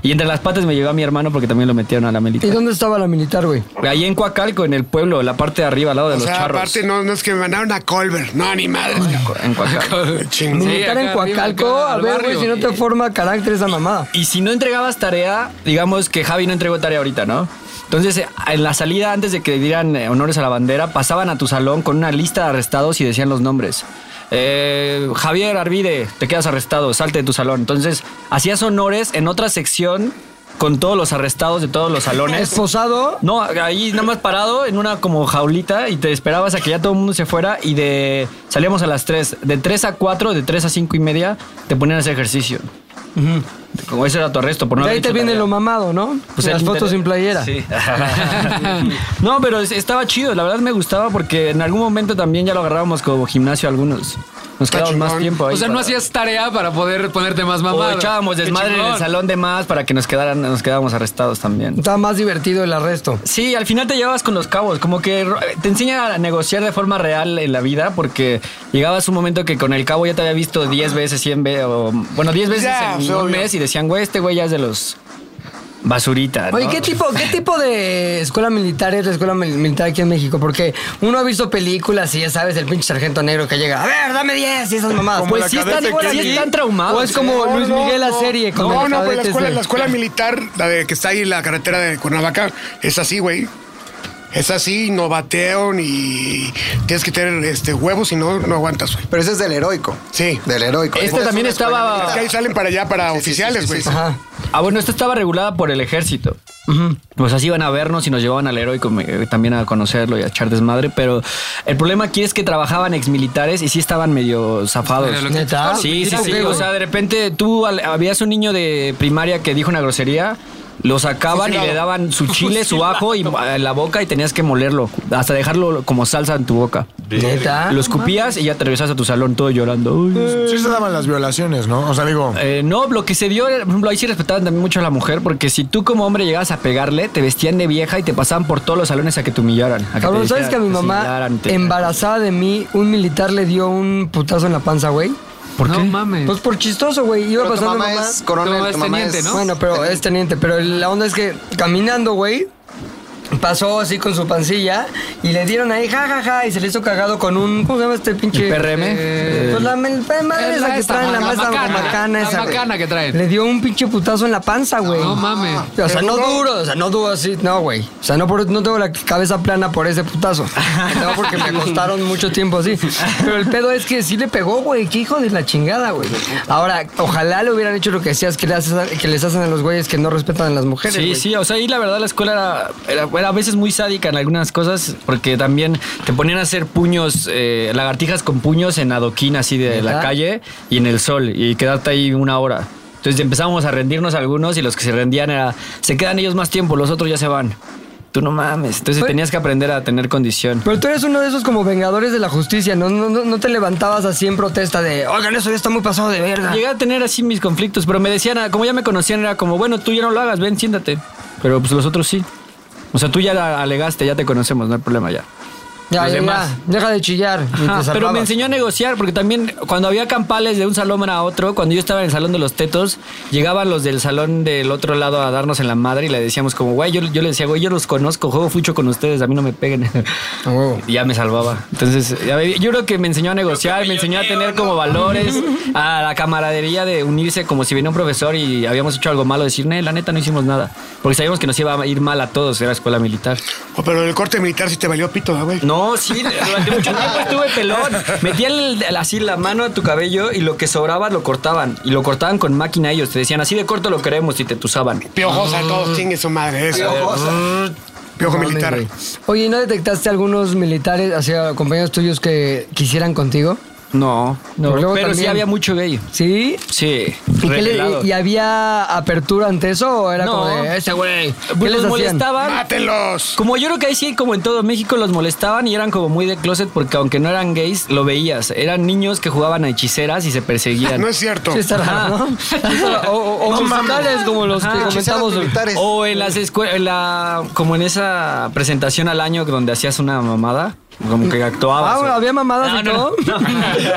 Speaker 9: Y entre las patas me llevó a mi hermano porque también lo metieron a la
Speaker 2: ¿Y
Speaker 9: militar.
Speaker 2: dónde estaba la militar, güey?
Speaker 9: Ahí en Coacalco, en el pueblo, la parte de arriba, al lado de
Speaker 4: O
Speaker 9: los
Speaker 4: sea,
Speaker 9: charros.
Speaker 4: aparte, no, no es que me mandaron a Colbert. No, ni madres, cabrón.
Speaker 9: En Coacalco.
Speaker 4: Chingón.
Speaker 2: Militar
Speaker 3: acá
Speaker 2: en Coacalco.
Speaker 3: arriba, acá
Speaker 2: A
Speaker 3: al
Speaker 2: ver, güey,
Speaker 3: barrio.
Speaker 2: si no te forma carácter esa mamada.
Speaker 9: Y si no entregabas tarea, digamos que Javi no entregó tarea ahorita, ¿no? Entonces, eh, en la salida, antes de que dieran eh, honores a la bandera, pasaban a tu salón con una lista de arrestados y decían los nombres.
Speaker 6: eh, Javier Arvide, te quedas arrestado, salte de tu salón. Entonces, hacías honores en otra sección con todos los arrestados de todos los salones.
Speaker 2: ¿Esposado?
Speaker 6: No, ahí nada más parado en una como jaulita y te esperabas a que ya todo el mundo se fuera y de salíamos a las 3. De 3 a 4, de 3 a 5 y media, te ponían a hacer ejercicio. Como ese era tu arresto por no
Speaker 2: De
Speaker 6: haber
Speaker 2: ahí te
Speaker 6: hecho
Speaker 2: viene
Speaker 6: tarea.
Speaker 2: lo mamado, ¿no?
Speaker 6: Pues
Speaker 2: Las
Speaker 6: el
Speaker 2: fotos
Speaker 6: internet.
Speaker 2: sin playera.
Speaker 6: Sí. no, pero es- estaba chido. La verdad me gustaba porque en algún momento también ya lo agarrábamos como gimnasio algunos. Nos quedábamos más tiempo ahí.
Speaker 3: O sea, no
Speaker 6: para-
Speaker 3: hacías tarea para poder ponerte más mamado.
Speaker 6: o echábamos
Speaker 3: Qué
Speaker 6: desmadre en el
Speaker 3: chingón.
Speaker 6: salón de más para que nos quedaran, nos quedábamos arrestados también.
Speaker 2: Está más divertido el arresto.
Speaker 6: Sí, al final te llevabas con los cabos, como que ro- te enseña a negociar de forma real en la vida, porque llegabas un momento que con el cabo ya te había visto 10 veces, 100 veces, o bueno, 10 veces
Speaker 2: Ya,
Speaker 6: en
Speaker 2: pues,
Speaker 6: un
Speaker 2: obvio.
Speaker 6: mes y decían, güey, este güey ya es de los basurita.
Speaker 2: Oye,
Speaker 6: ¿no?
Speaker 2: ¿qué tipo, ¿qué tipo de escuela militar es la escuela mil- militar aquí en México? Porque uno ha visto películas y ya sabes, el pinche sargento negro que llega, a ver, dame 10 y esas mamadas. Pues
Speaker 6: Como la
Speaker 2: sí
Speaker 6: cadete Kennedy. Sí están traumados.
Speaker 2: O es como
Speaker 6: No,
Speaker 2: Luis
Speaker 6: no,
Speaker 2: Miguel la
Speaker 6: no.
Speaker 2: serie. con
Speaker 4: No,
Speaker 2: los
Speaker 4: no, pues la
Speaker 2: cadetes
Speaker 4: escuela,
Speaker 2: de-
Speaker 4: la escuela militar, la de que está ahí en la carretera de Cuernavaca, es así, güey. Es así, no batean y tienes que tener este, huevos y no, no aguantas, güey.
Speaker 13: Pero ese es del heroico.
Speaker 4: Sí.
Speaker 13: Del heroico.
Speaker 6: Este también estaba-
Speaker 4: Es que ahí salen para allá, para oficiales, güey.
Speaker 6: Ajá. Ah, bueno, esta estaba regulada por el ejército. Pues así iban a vernos y nos llevaban al heroico eh, también a conocerlo y a echar desmadre. Pero el problema aquí es que trabajaban exmilitares y sí estaban medio zafados.
Speaker 2: Pero lo que- ¿Neta?
Speaker 6: Sí, sí,
Speaker 2: ¿Neta,
Speaker 6: sí.
Speaker 2: güey?
Speaker 6: O sea, de repente tú al- habías un niño de primaria que dijo una grosería. Lo sacaban y
Speaker 14: Fusilado.
Speaker 6: le daban su chile, su
Speaker 14: Fusilado.
Speaker 6: ajo y ah, en la boca y tenías que molerlo, hasta dejarlo como salsa en tu boca.
Speaker 2: ¿Neta?
Speaker 6: Lo escupías y ya te regresas a tu salón todo llorando. Uy.
Speaker 7: Sí se daban las violaciones, ¿no? O sea, digo.
Speaker 6: Eh, no, lo que se dio, era, por ejemplo, ahí sí respetaban también mucho a la mujer, porque si tú como hombre llegabas a pegarle, te vestían de vieja y te pasaban por todos los salones a que te humillaran. A que
Speaker 2: Cabrón,
Speaker 6: te
Speaker 2: ¿sabes que a mi
Speaker 6: dijeran, te
Speaker 2: mamá,
Speaker 6: señalaran, te-
Speaker 2: embarazada de mí, un militar le dio un putazo en la panza, güey?
Speaker 6: ¿Por
Speaker 3: No mames.
Speaker 2: Pues por chistoso, güey.
Speaker 13: Pero
Speaker 2: Iba
Speaker 13: tu
Speaker 2: pasando
Speaker 13: mamá
Speaker 2: mi mamá.
Speaker 13: es coronel, Tu mamá tu es mamá teniente, es- ¿no?
Speaker 2: Bueno, pero es teniente. Pero la onda es que caminando, güey, pasó así con su pancilla y le dieron ahí, jajaja, y se le hizo cagado con un. ¿Cómo se llama este pinche?
Speaker 6: ¿El PRM?
Speaker 2: Eh, pues la, el PRM
Speaker 3: Es
Speaker 2: es
Speaker 3: la
Speaker 2: la que
Speaker 3: esta,
Speaker 2: traen la
Speaker 3: la
Speaker 2: masa
Speaker 3: macana,
Speaker 2: macana
Speaker 3: la
Speaker 2: esa. güey.
Speaker 3: macana que traen.
Speaker 2: Le dio un pinche putazo en la panza, güey.
Speaker 3: No mames.
Speaker 2: O sea, no duro, o sea, no duro así, no, güey. O sea, no, por- no tengo la cabeza plana por ese putazo. No, porque me acostaron mucho tiempo así. Pero el pedo es que sí le pegó, güey. Qué hijo de la chingada, güey. Ahora, ojalá le hubieran hecho lo que decías que, le haces a- que les hacen a los güeyes que no respetan a las mujeres.
Speaker 6: Sí,
Speaker 2: güey.
Speaker 6: sí, o sea, ahí la verdad la escuela era, era- era a veces muy sádica en algunas cosas, porque también te ponían a hacer puños, eh, lagartijas con puños en adoquín así de la
Speaker 2: ¿Neta?
Speaker 6: calle y en el sol, y quedarte ahí una hora. Entonces empezábamos a rendirnos algunos y los que se rendían era, se quedan ellos más tiempo, los otros ya se van. Tú no mames, entonces
Speaker 2: Oye.
Speaker 6: tenías que aprender a tener condición.
Speaker 2: Pero tú eres uno de esos como vengadores de la justicia, ¿no? No, no, no te levantabas así en protesta de, oigan, eso ya está muy pasado de verga.
Speaker 6: Llegué a tener así mis conflictos, pero me decían, ah, como ya me conocían, era como, bueno, tú ya no lo hagas, ven, siéntate. Pero pues los otros sí. O sea, tú ya la alegaste, ya te conocemos, no hay problema ya.
Speaker 2: Ya,
Speaker 6: los
Speaker 2: ya,
Speaker 6: demás.
Speaker 2: ya, deja de chillar. y te
Speaker 6: Ajá, pero
Speaker 2: salvabas.
Speaker 6: me enseñó a negociar, porque también cuando había campales de un salón a otro, cuando yo estaba en el salón de los tetos, llegaban los del salón del otro lado a darnos en la madre y le decíamos como, güey, yo, yo le decía, güey, yo los conozco, juego fucho con ustedes, a mí no me peguen. Y ya me salvaba. Entonces, ya ve- yo creo que me enseñó a negociar, me enseñó a tener como valores, a la camaradería de unirse como si viniera un profesor y habíamos hecho algo malo, decir, "Ne, la neta no hicimos nada, porque sabíamos que nos iba a ir mal a todos, era escuela militar.
Speaker 4: Oh, pero el corte militar sí te valió pito, ¿eh, güey.
Speaker 6: No, sí, durante mucho tiempo estuve pelón. Metían el- el- así la mano a tu cabello y lo que sobraba lo cortaban. Y lo cortaban con máquina ellos. Te decían, así de corto lo queremos y te tuzaban.
Speaker 4: Piojosa, todos chingue su madre. Eso. Piojo
Speaker 2: Mames,
Speaker 4: militar.
Speaker 2: güey. Oye, ¿y ¿no detectaste algunos militares, hacia compañeros tuyos que quisieran contigo?
Speaker 6: No, no.
Speaker 2: Porque
Speaker 6: Pero
Speaker 2: luego
Speaker 6: sí
Speaker 2: también-
Speaker 6: había mucho gay.
Speaker 2: ¿Sí?
Speaker 6: Sí.
Speaker 2: ¿Y, qué le-
Speaker 6: revelado.
Speaker 2: y había apertura ante eso o era
Speaker 6: No.
Speaker 2: como de ese güey? ¿Qué
Speaker 6: Pues
Speaker 2: les hacían?
Speaker 6: los molestaban.
Speaker 4: ¡Mátelos!
Speaker 6: Como yo creo que ahí sí, como en todo México, los molestaban y eran como muy de closet porque aunque no eran gays, lo veías. Eran niños que jugaban a hechiceras y se perseguían.
Speaker 4: No es cierto.
Speaker 2: Sí, está raro, ¿no? O, o, o militares como los que
Speaker 6: Ajá.
Speaker 2: comentamos hoy.
Speaker 6: O en las escuelas, como en esa presentación al año donde hacías una mamada, como que actuabas.
Speaker 2: Ah, bueno, había mamadas
Speaker 6: No,
Speaker 2: y
Speaker 6: no,
Speaker 2: todo.
Speaker 6: no.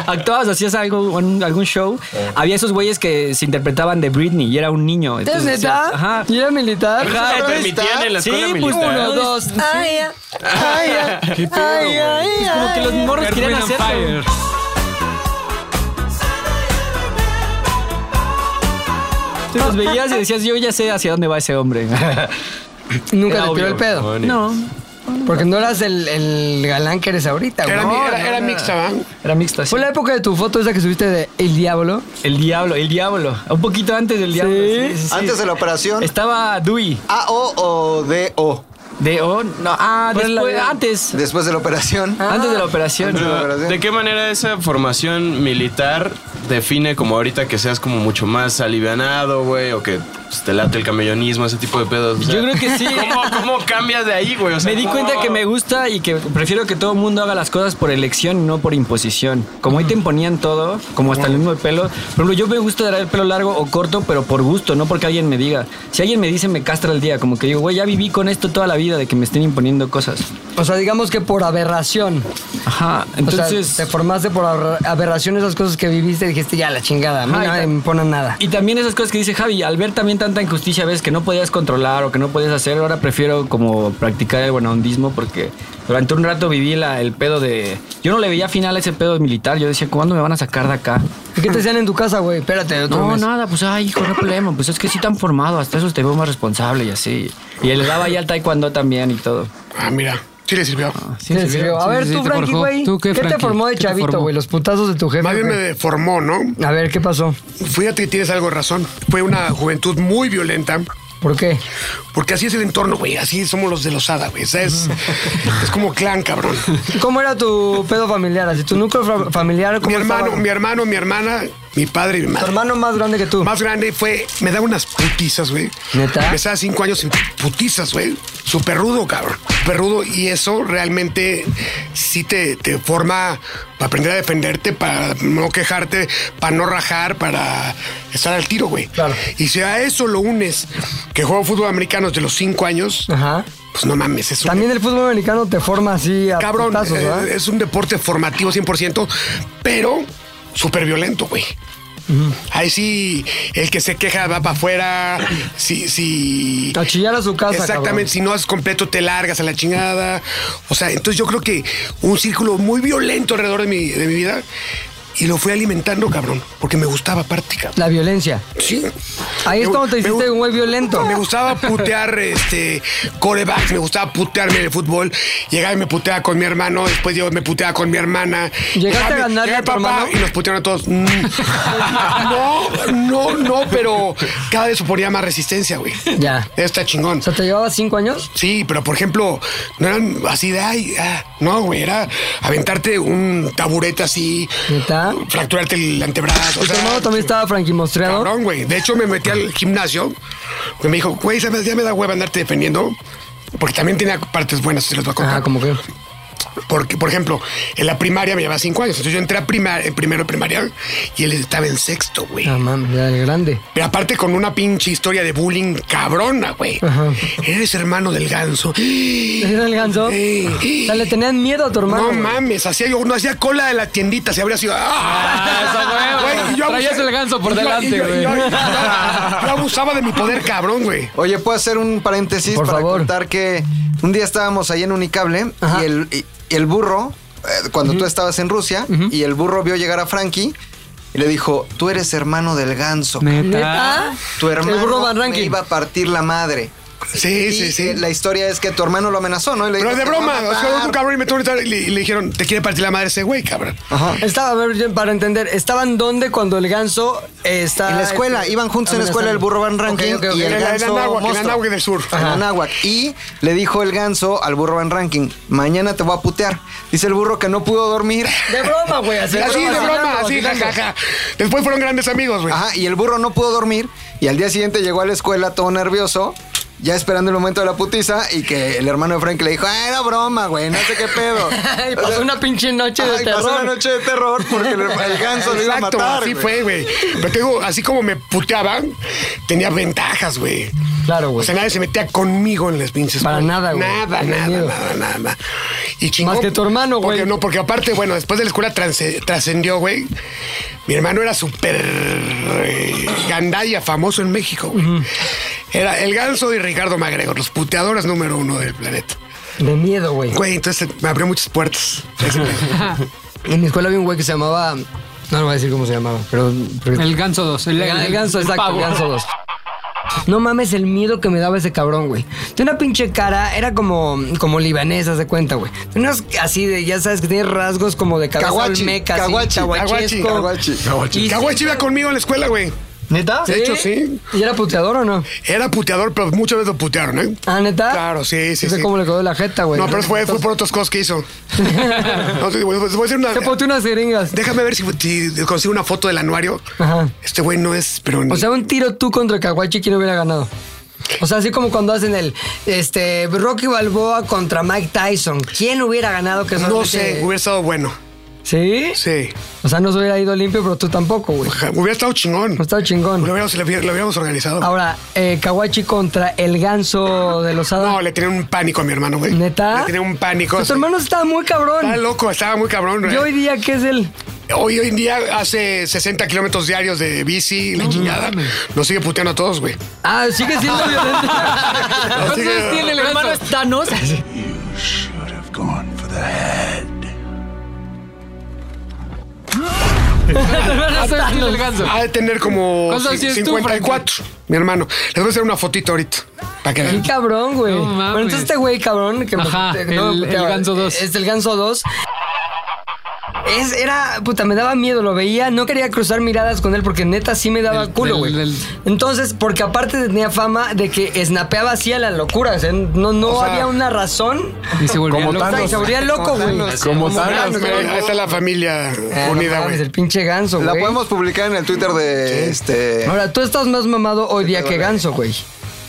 Speaker 6: actuabas, hacías algo, un- algún show. Había esos güeyes que se interpretaban de Britney y era un niño.
Speaker 2: ¿Te
Speaker 6: entonces decías,
Speaker 2: neta?
Speaker 6: Ajá.
Speaker 2: ¿Y era militar?
Speaker 6: Ajá,
Speaker 15: Eso lo
Speaker 6: entonces-
Speaker 15: permitían en la escuela
Speaker 6: sí, pues,
Speaker 15: militar.
Speaker 6: uno,
Speaker 2: Uno,
Speaker 6: dos.
Speaker 2: dos, ay, ay, ay, ay, ay, ay,
Speaker 6: Como que los morros
Speaker 3: Earth,
Speaker 6: querían
Speaker 3: Wind and
Speaker 6: hacerlo.
Speaker 3: Fire.
Speaker 6: Tú los veías y decías, yo ya sé hacia dónde va ese hombre.
Speaker 2: Nunca te
Speaker 6: Era
Speaker 2: tiró
Speaker 6: obvio.
Speaker 2: el pedo.
Speaker 6: No.
Speaker 2: Porque no eras el, el galán que eres ahorita, güey.
Speaker 4: Era mi- era- era mixta, ¿verdad?
Speaker 9: Era mixta, sí.
Speaker 2: Fue la época de tu foto esa que subiste de El Diablo.
Speaker 9: El diablo, el diablo. Un poquito antes del diablo. sí, sí, sí.
Speaker 6: Antes de la operación.
Speaker 9: Estaba Dewey.
Speaker 6: ¿A-O o D-O?
Speaker 9: D-O, no, ah,
Speaker 6: Pues la
Speaker 9: después,
Speaker 6: de-
Speaker 9: antes.
Speaker 6: Después de la operación.
Speaker 9: Antes de la operación.
Speaker 6: Antes de la
Speaker 9: Pero-
Speaker 6: operación.
Speaker 10: Ah. ¿De qué manera esa formación militar define como ahorita que seas como mucho más alivianado, güey, o que pues, te late el camellonismo, ese tipo de pedos? o sea,
Speaker 9: Yo creo que sí.
Speaker 10: ¿Cómo, cómo cambias de ahí, güey? O sea,
Speaker 9: me di
Speaker 10: ¿cómo-
Speaker 9: cuenta que me gusta y que prefiero que todo el mundo haga las cosas por elección y no por imposición. Como
Speaker 10: Mm.
Speaker 9: ahí te imponían todo, como hasta el mismo pelo. Por ejemplo, yo me gusta traer el pelo largo o corto, pero por gusto, no porque alguien me diga. Si alguien me dice, me castra el día. Como que digo, güey, ya viví con esto toda la vida de que me estén imponiendo cosas.
Speaker 2: O sea, digamos que por aberración.
Speaker 9: Ajá,
Speaker 2: Entonces,
Speaker 9: entonces...
Speaker 2: te formaste por aberra- aberración esas cosas que viviste y dijiste, ya, la chingada, a mí
Speaker 9: Ajá,
Speaker 2: no
Speaker 9: y
Speaker 2: me
Speaker 9: ta-
Speaker 2: imponen nada.
Speaker 9: Y también esas cosas que dice Javi, al ver también tanta injusticia, ves que no podías controlar o que no podías hacer, ahora prefiero como practicar el buenahondismo porque durante un rato viví la- el pedo de... Yo no le veía final a ese pedo militar, yo decía, ¿cuándo me van a sacar de acá?
Speaker 2: ¿Y qué te decían en tu casa, güey? Espérate, otro
Speaker 9: No,
Speaker 2: mes.
Speaker 9: nada, pues, ay, hijo, no hay problema, pues es que sí tan formado, hasta eso te veo más responsable y así. Y le daba ya al taekwondo también y todo.
Speaker 4: Ah, mira, sí le sirvió.
Speaker 2: Sí, sí, sí. A ver, tú, Frankie, güey. ¿Qué, te formó de chavito, güey? Los putazos de tu jefe.
Speaker 4: Más bien
Speaker 2: güey.
Speaker 4: me formó, ¿no?
Speaker 2: A ver, ¿qué pasó?
Speaker 4: Fíjate que tienes algo de razón. Fue una juventud muy violenta.
Speaker 2: ¿Por qué?
Speaker 4: Porque así es el entorno, güey. Así somos los de los Losada, güey. O sea, Es, es como clan, cabrón.
Speaker 2: ¿Cómo era tu pedo familiar? Así, tu núcleo fa- familiar, ¿cómo
Speaker 4: Mi hermano,
Speaker 2: estaba?
Speaker 4: mi hermano, mi hermana, mi padre y mi
Speaker 2: Tu
Speaker 4: madre.
Speaker 2: hermano más grande que tú.
Speaker 4: Más grande fue, me daba unas putizas, güey.
Speaker 2: ¿Neta?
Speaker 4: Me estaba cinco años sin putizas, güey. Súper rudo, cabrón. Súper rudo. Y eso realmente sí te, te forma para aprender a defenderte, para no quejarte, para no rajar, para estar al tiro, güey.
Speaker 2: Claro.
Speaker 4: Y si a eso lo unes, que juego fútbol americano desde los cinco años,
Speaker 2: Ajá.
Speaker 4: pues no mames, es un
Speaker 2: También el fútbol americano te forma así a
Speaker 4: Cabrón,
Speaker 2: putazos,
Speaker 4: eh,
Speaker 2: ¿verdad?
Speaker 4: es un deporte formativo 100%, pero súper violento, güey.
Speaker 2: Mm.
Speaker 4: Ahí sí, el que se queja va para afuera. Si, si,
Speaker 2: A chillar a su casa,
Speaker 4: Exactamente, si no haces completo, te largas a la chingada. O sea, entonces yo creo que un círculo muy violento alrededor de mi, de mi vida y lo fui alimentando, cabrón, porque me gustaba aparte,
Speaker 2: cabrón.
Speaker 4: cabrón.
Speaker 2: La violencia.
Speaker 4: Sí.
Speaker 2: Ahí es
Speaker 4: Me-
Speaker 2: cuando te
Speaker 4: me
Speaker 2: hiciste
Speaker 4: gu-
Speaker 2: un güey violento.
Speaker 4: Me gustaba putear este corebacks, me gustaba putearme en el fútbol. Llegaba y me puteaba con mi hermano, después yo me puteaba con mi hermana.
Speaker 2: ¿Llegaste a
Speaker 4: Llegaba-
Speaker 2: ganarle
Speaker 4: llegaba
Speaker 2: a tu
Speaker 4: papá
Speaker 2: hermano?
Speaker 4: Y nos putearon a todos. Mm. No, no, no, pero cada vez suponía más resistencia, güey.
Speaker 2: Ya.
Speaker 4: Está chingón.
Speaker 2: O sea, ¿te llevabas cinco años?
Speaker 4: Sí, pero por ejemplo, no eran así de ay, ah, no, güey, era aventarte un taburete así,
Speaker 2: ¿Neta?
Speaker 4: fracturarte el antebrazo. o
Speaker 2: ¿Y tu
Speaker 4: sea,
Speaker 2: hermano también estaba franquimostreado?
Speaker 4: Cabrón, güey. De hecho, me metí al gimnasio. que me dijo, güey, ¿sabes? ya me da hueva andarte defendiendo. Porque también tenía partes buenas, se los voy a contar.
Speaker 2: Ah, como que.
Speaker 4: Porque, por ejemplo, en la primaria me llevaba cinco años. Entonces yo entré a prima- en primero de primaria y él estaba en sexto, güey.
Speaker 2: Ah, mames, ya el grande.
Speaker 4: Pero aparte con una pinche historia de bullying cabrona, güey.
Speaker 2: Ajá.
Speaker 4: Eres hermano del ganso.
Speaker 2: ¿Era el ganso? O sea, le tenían miedo a tu hermano.
Speaker 4: No
Speaker 2: güey.
Speaker 4: mames, hacía yo, no hacía cola de la tiendita, se habría sido. ¡Ah!
Speaker 3: esa hueva.
Speaker 4: Güey, y yo
Speaker 3: Traías el ganso por
Speaker 4: y yo- y
Speaker 3: delante,
Speaker 4: yo- y yo-
Speaker 3: güey.
Speaker 4: y yo- Yo abusaba de mi poder, cabrón, güey.
Speaker 6: Oye, ¿puedo hacer un paréntesis
Speaker 2: Por
Speaker 6: para
Speaker 2: favor.
Speaker 6: contar que un día estábamos ahí en Unicable
Speaker 2: Ajá.
Speaker 6: y el, y- y el burro, eh, cuando tú estabas en Rusia, y el burro vio llegar a Frankie y le dijo, tú eres hermano del ganso.
Speaker 2: ¿Neta?
Speaker 6: Tu hermano
Speaker 2: El burro Van
Speaker 6: me
Speaker 2: Ranking.
Speaker 6: iba a partir la madre.
Speaker 4: Sí,
Speaker 6: Y,
Speaker 4: sí, sí.
Speaker 6: eh, La historia es que tu hermano lo amenazó, ¿no? Y le
Speaker 4: Pero
Speaker 6: dijo,
Speaker 4: de
Speaker 6: "Te voy a
Speaker 4: broma, o sea,
Speaker 6: matar".
Speaker 4: un cabrón y me tuvo que gritar y le, y le dijeron, te quiere partir la madre ese güey, cabrón.
Speaker 6: Ajá.
Speaker 2: Estaba, a ver, yo- para entender, ¿estaban dónde cuando el ganso eh, está.
Speaker 6: En la escuela,
Speaker 2: este,
Speaker 6: iban juntos en la escuela el burro Van Ranking
Speaker 2: Ok, ok, ok.
Speaker 6: y el
Speaker 4: En la- en
Speaker 6: ganso
Speaker 4: Anáhuac, en
Speaker 6: monstruo.
Speaker 4: Anáhuac del Sur.
Speaker 6: En
Speaker 4: Ajá.
Speaker 6: Anáhuac. Y le dijo el ganso al burro Van Ranking, mañana te voy a putear. Dice el burro que no pudo dormir.
Speaker 2: De broma, güey. Así,
Speaker 4: así, de broma,
Speaker 2: vacilando,
Speaker 4: así,
Speaker 2: vacilando.
Speaker 4: jajaja. Después fueron grandes amigos, güey.
Speaker 6: Ajá, y el burro no pudo dormir y al día siguiente llegó a la escuela todo nervioso. Ya esperando el momento de la putiza y que el hermano de Frank le dijo, ah, era broma, güey, no sé qué pedo.
Speaker 2: Y pasó una pinche noche de
Speaker 6: Ay, pasó
Speaker 2: terror.
Speaker 6: una noche de terror porque el, el ganso lo iba a
Speaker 4: Exacto,
Speaker 6: matar.
Speaker 4: así
Speaker 6: güey.
Speaker 4: fue, güey. Pero te digo, así como me puteaban, tenía ventajas, güey.
Speaker 2: Claro,
Speaker 4: O
Speaker 2: güey.
Speaker 4: sea, nadie se metía conmigo en las pinches.
Speaker 2: Para nada, güey.
Speaker 4: Nada,
Speaker 2: Tenía
Speaker 4: nada,
Speaker 2: miedo.
Speaker 4: nada, nada, nada. Y chingón.
Speaker 2: Más que tu hermano, güey.
Speaker 4: Porque no, porque aparte, bueno, después de la escuela trans- trascendió, güey. Mi hermano era súper eh, gandalla, famoso en México, güey. Era el ganso y Ricardo Magregor, los puteadores número uno del planeta.
Speaker 2: De miedo, güey.
Speaker 4: Güey, entonces eh, me abrió muchas puertas.
Speaker 2: En mi escuela había un güey que se llamaba. No, no voy a decir cómo se llamaba, pero. pero-
Speaker 3: El ganso 2.
Speaker 2: El, el ganso, exacto, el ganso 2. No mames el miedo que me daba ese cabrón, güey. Tiene una pinche cara, era como, como libanés, haz de cuenta, güey. Tenía unas así de, ya sabes que tiene rasgos como de cabeza
Speaker 4: Caguachi,
Speaker 2: olmeca, así,
Speaker 4: caguachi, caguachi,
Speaker 2: caguachesco.
Speaker 4: caguachi.
Speaker 2: Y-
Speaker 4: Caguachi iba conmigo en la escuela, güey.
Speaker 9: ¿Neta?
Speaker 4: De hecho, sí.
Speaker 2: ¿Y era puteador o no?
Speaker 4: Era puteador, pero muchas veces lo putearon, ¿eh?
Speaker 2: Ah, ¿neta?
Speaker 4: Claro, sí, sí,
Speaker 2: No sé
Speaker 4: sí.
Speaker 2: cómo le quedó la jeta, güey.
Speaker 4: No, pero fue, fue por otras cosas que hizo. No, sí, güey, pues, voy a hacer una...
Speaker 2: Se poteó unas jeringas.
Speaker 4: Déjame ver si, si consigo una foto del anuario.
Speaker 2: Ajá.
Speaker 4: Este güey no es, pero...
Speaker 2: O sea, un tiro tú contra Caguachi, ¿quién hubiera ganado? O sea, así como cuando hacen el este, Rocky Balboa contra Mike Tyson. ¿Quién hubiera ganado que
Speaker 4: no sé,
Speaker 2: solamente-
Speaker 4: hubiera estado bueno.
Speaker 2: ¿Sí?
Speaker 4: Sí.
Speaker 2: O sea, no se hubiera ido limpio, pero tú tampoco, güey.
Speaker 4: Hubiera estado chingón.
Speaker 2: No estado chingón.
Speaker 4: Lo hubiéramos, lo hubiéramos- lo hubiéramos organizado.
Speaker 2: Pues, Ahora, eh, Kawachi contra el ganso de los
Speaker 4: No, le tenía un pánico a mi hermano, güey.
Speaker 2: ¿Neta?
Speaker 4: Le tenía un pánico.
Speaker 2: Tu
Speaker 4: sí.
Speaker 2: hermano estaba muy cabrón.
Speaker 4: Estaba loco, estaba muy cabrón, güey.
Speaker 2: ¿Y hoy día qué es él?
Speaker 4: Hoy, hoy en día hace 60 kilómetros diarios de bici, la chingada. Nos sigue puteando a todos, güey.
Speaker 2: Ah, sigue siendo violento.
Speaker 4: Nos sigue-
Speaker 3: tiene el
Speaker 9: hermano es Thanos.
Speaker 3: hermano es el ganso.
Speaker 4: Ha de tener como
Speaker 3: ¿Cuántos
Speaker 4: cin-
Speaker 3: tienes tú,
Speaker 4: 54, mi hermano. Les voy a hacer una fotito ahorita. Para que
Speaker 2: Qué
Speaker 4: vean.
Speaker 2: cabrón, güey.
Speaker 3: No mames.
Speaker 2: Pero entonces este güey, cabrón, que me-
Speaker 3: Ajá,
Speaker 2: que no me
Speaker 3: el- el
Speaker 2: puteaba,
Speaker 3: Ganso 2.
Speaker 2: Es el ganso 2. Es, era, puta, me daba miedo, lo veía, no quería cruzar miradas con él porque neta sí me daba
Speaker 3: Del-
Speaker 2: culo, güey.
Speaker 3: del- del-
Speaker 2: Entonces, porque aparte tenía fama de que snapeaba así a la locura, o sea, no, no
Speaker 4: sea,
Speaker 2: había una razón.
Speaker 3: Y se volvió
Speaker 7: Como
Speaker 3: loco.
Speaker 2: O sea, y se
Speaker 7: Thanos.
Speaker 2: volvía loco, güey.
Speaker 7: Como
Speaker 4: Ah,
Speaker 7: Thanos.
Speaker 4: mira, ahí está la familia
Speaker 2: Ah, no
Speaker 4: unida,
Speaker 2: mames,
Speaker 4: güey.
Speaker 2: el pinche ganso,
Speaker 6: La
Speaker 2: güey.
Speaker 6: podemos publicar en el Twitter de este.
Speaker 2: Ahora, tú estás más mamado hoy día que ganso, güey.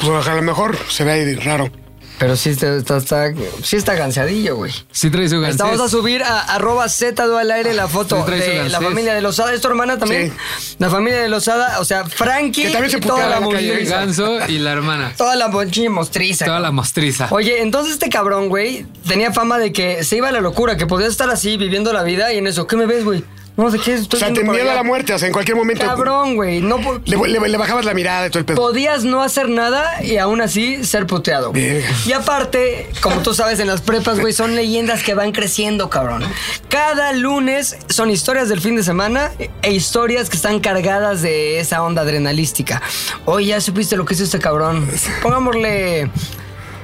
Speaker 4: Pues a lo mejor se ve ahí raro.
Speaker 2: Pero sí está, está, está- sí está gansadillo, güey.
Speaker 3: Pues Sí trae su
Speaker 2: Hasta
Speaker 3: ganso.
Speaker 2: vamos a subir a arroba Z al aire la foto
Speaker 3: Sí, traes
Speaker 2: de
Speaker 3: un
Speaker 2: la
Speaker 3: Garcés.
Speaker 2: familia de Lozada. ¿Es tu hermana también? La familia de Lozada, o sea, Frankie
Speaker 4: Que también se
Speaker 2: y toda
Speaker 4: puteaba
Speaker 2: la
Speaker 4: en la calle,
Speaker 3: El
Speaker 2: mostriza.
Speaker 3: ganso y la hermana.
Speaker 2: Toda la monchilla mostriza.
Speaker 3: Toda la mostriza.
Speaker 2: Oye, entonces este cabrón, güey, tenía fama de que se iba a la locura, que podía estar así viviendo la vida y en eso, ¿qué me ves, güey? No sé qué,
Speaker 4: O
Speaker 2: estoy
Speaker 4: sea,
Speaker 2: viendo
Speaker 4: te
Speaker 2: para
Speaker 4: miedo a
Speaker 2: allá.
Speaker 4: la muerte, o sea, en cualquier momento.
Speaker 2: Cabrón, güey, no po-
Speaker 4: Le, le- le bajabas la mirada y todo el pedo.
Speaker 2: podías no hacer nada y aún así ser puteado. güey.
Speaker 4: Verga.
Speaker 2: Y aparte, como tú sabes, en las prepas, güey, son leyendas que van creciendo, cabrón. Cada lunes son historias del fin de semana e historias que están cargadas de esa onda adrenalística. Hoy ya supiste lo que hizo este cabrón. Pongámosle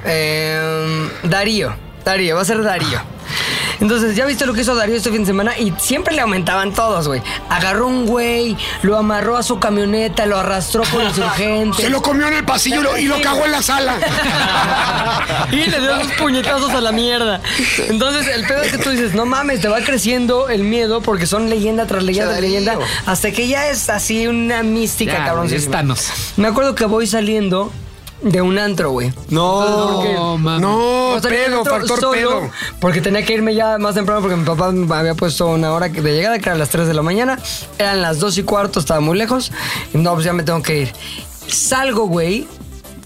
Speaker 2: eh, Darío. Darío, va a ser Darío. Entonces, ya viste lo que hizo Darío este fin de semana y siempre le aumentaban todos, güey. Agarró un güey, lo amarró a su camioneta, lo arrastró por insurgentes.
Speaker 4: Se lo comió en el pasillo y lo, y lo cagó en la sala.
Speaker 2: y le dio dos puñetazos a la mierda. Entonces, el pedo es que tú dices, no mames, te va creciendo el miedo porque son leyenda tras leyenda tras leyenda. Hasta que ya es así una mística,
Speaker 3: Ya,
Speaker 2: cabrón.
Speaker 3: güey, es Thanos.
Speaker 2: Me acuerdo que voy saliendo de un antro, güey.
Speaker 4: No,
Speaker 2: Entonces,
Speaker 3: No, mames.
Speaker 4: no,
Speaker 2: Voy saliendo del
Speaker 4: pedo,
Speaker 2: antro
Speaker 4: factor
Speaker 2: solo
Speaker 4: pedo.
Speaker 2: Porque tenía que irme ya más temprano porque mi papá me había puesto una hora de llegada, que era las 3 de la mañana. Eran las 2 y cuarto, estaba muy lejos. Y no, pues ya me tengo que ir. Salgo, güey,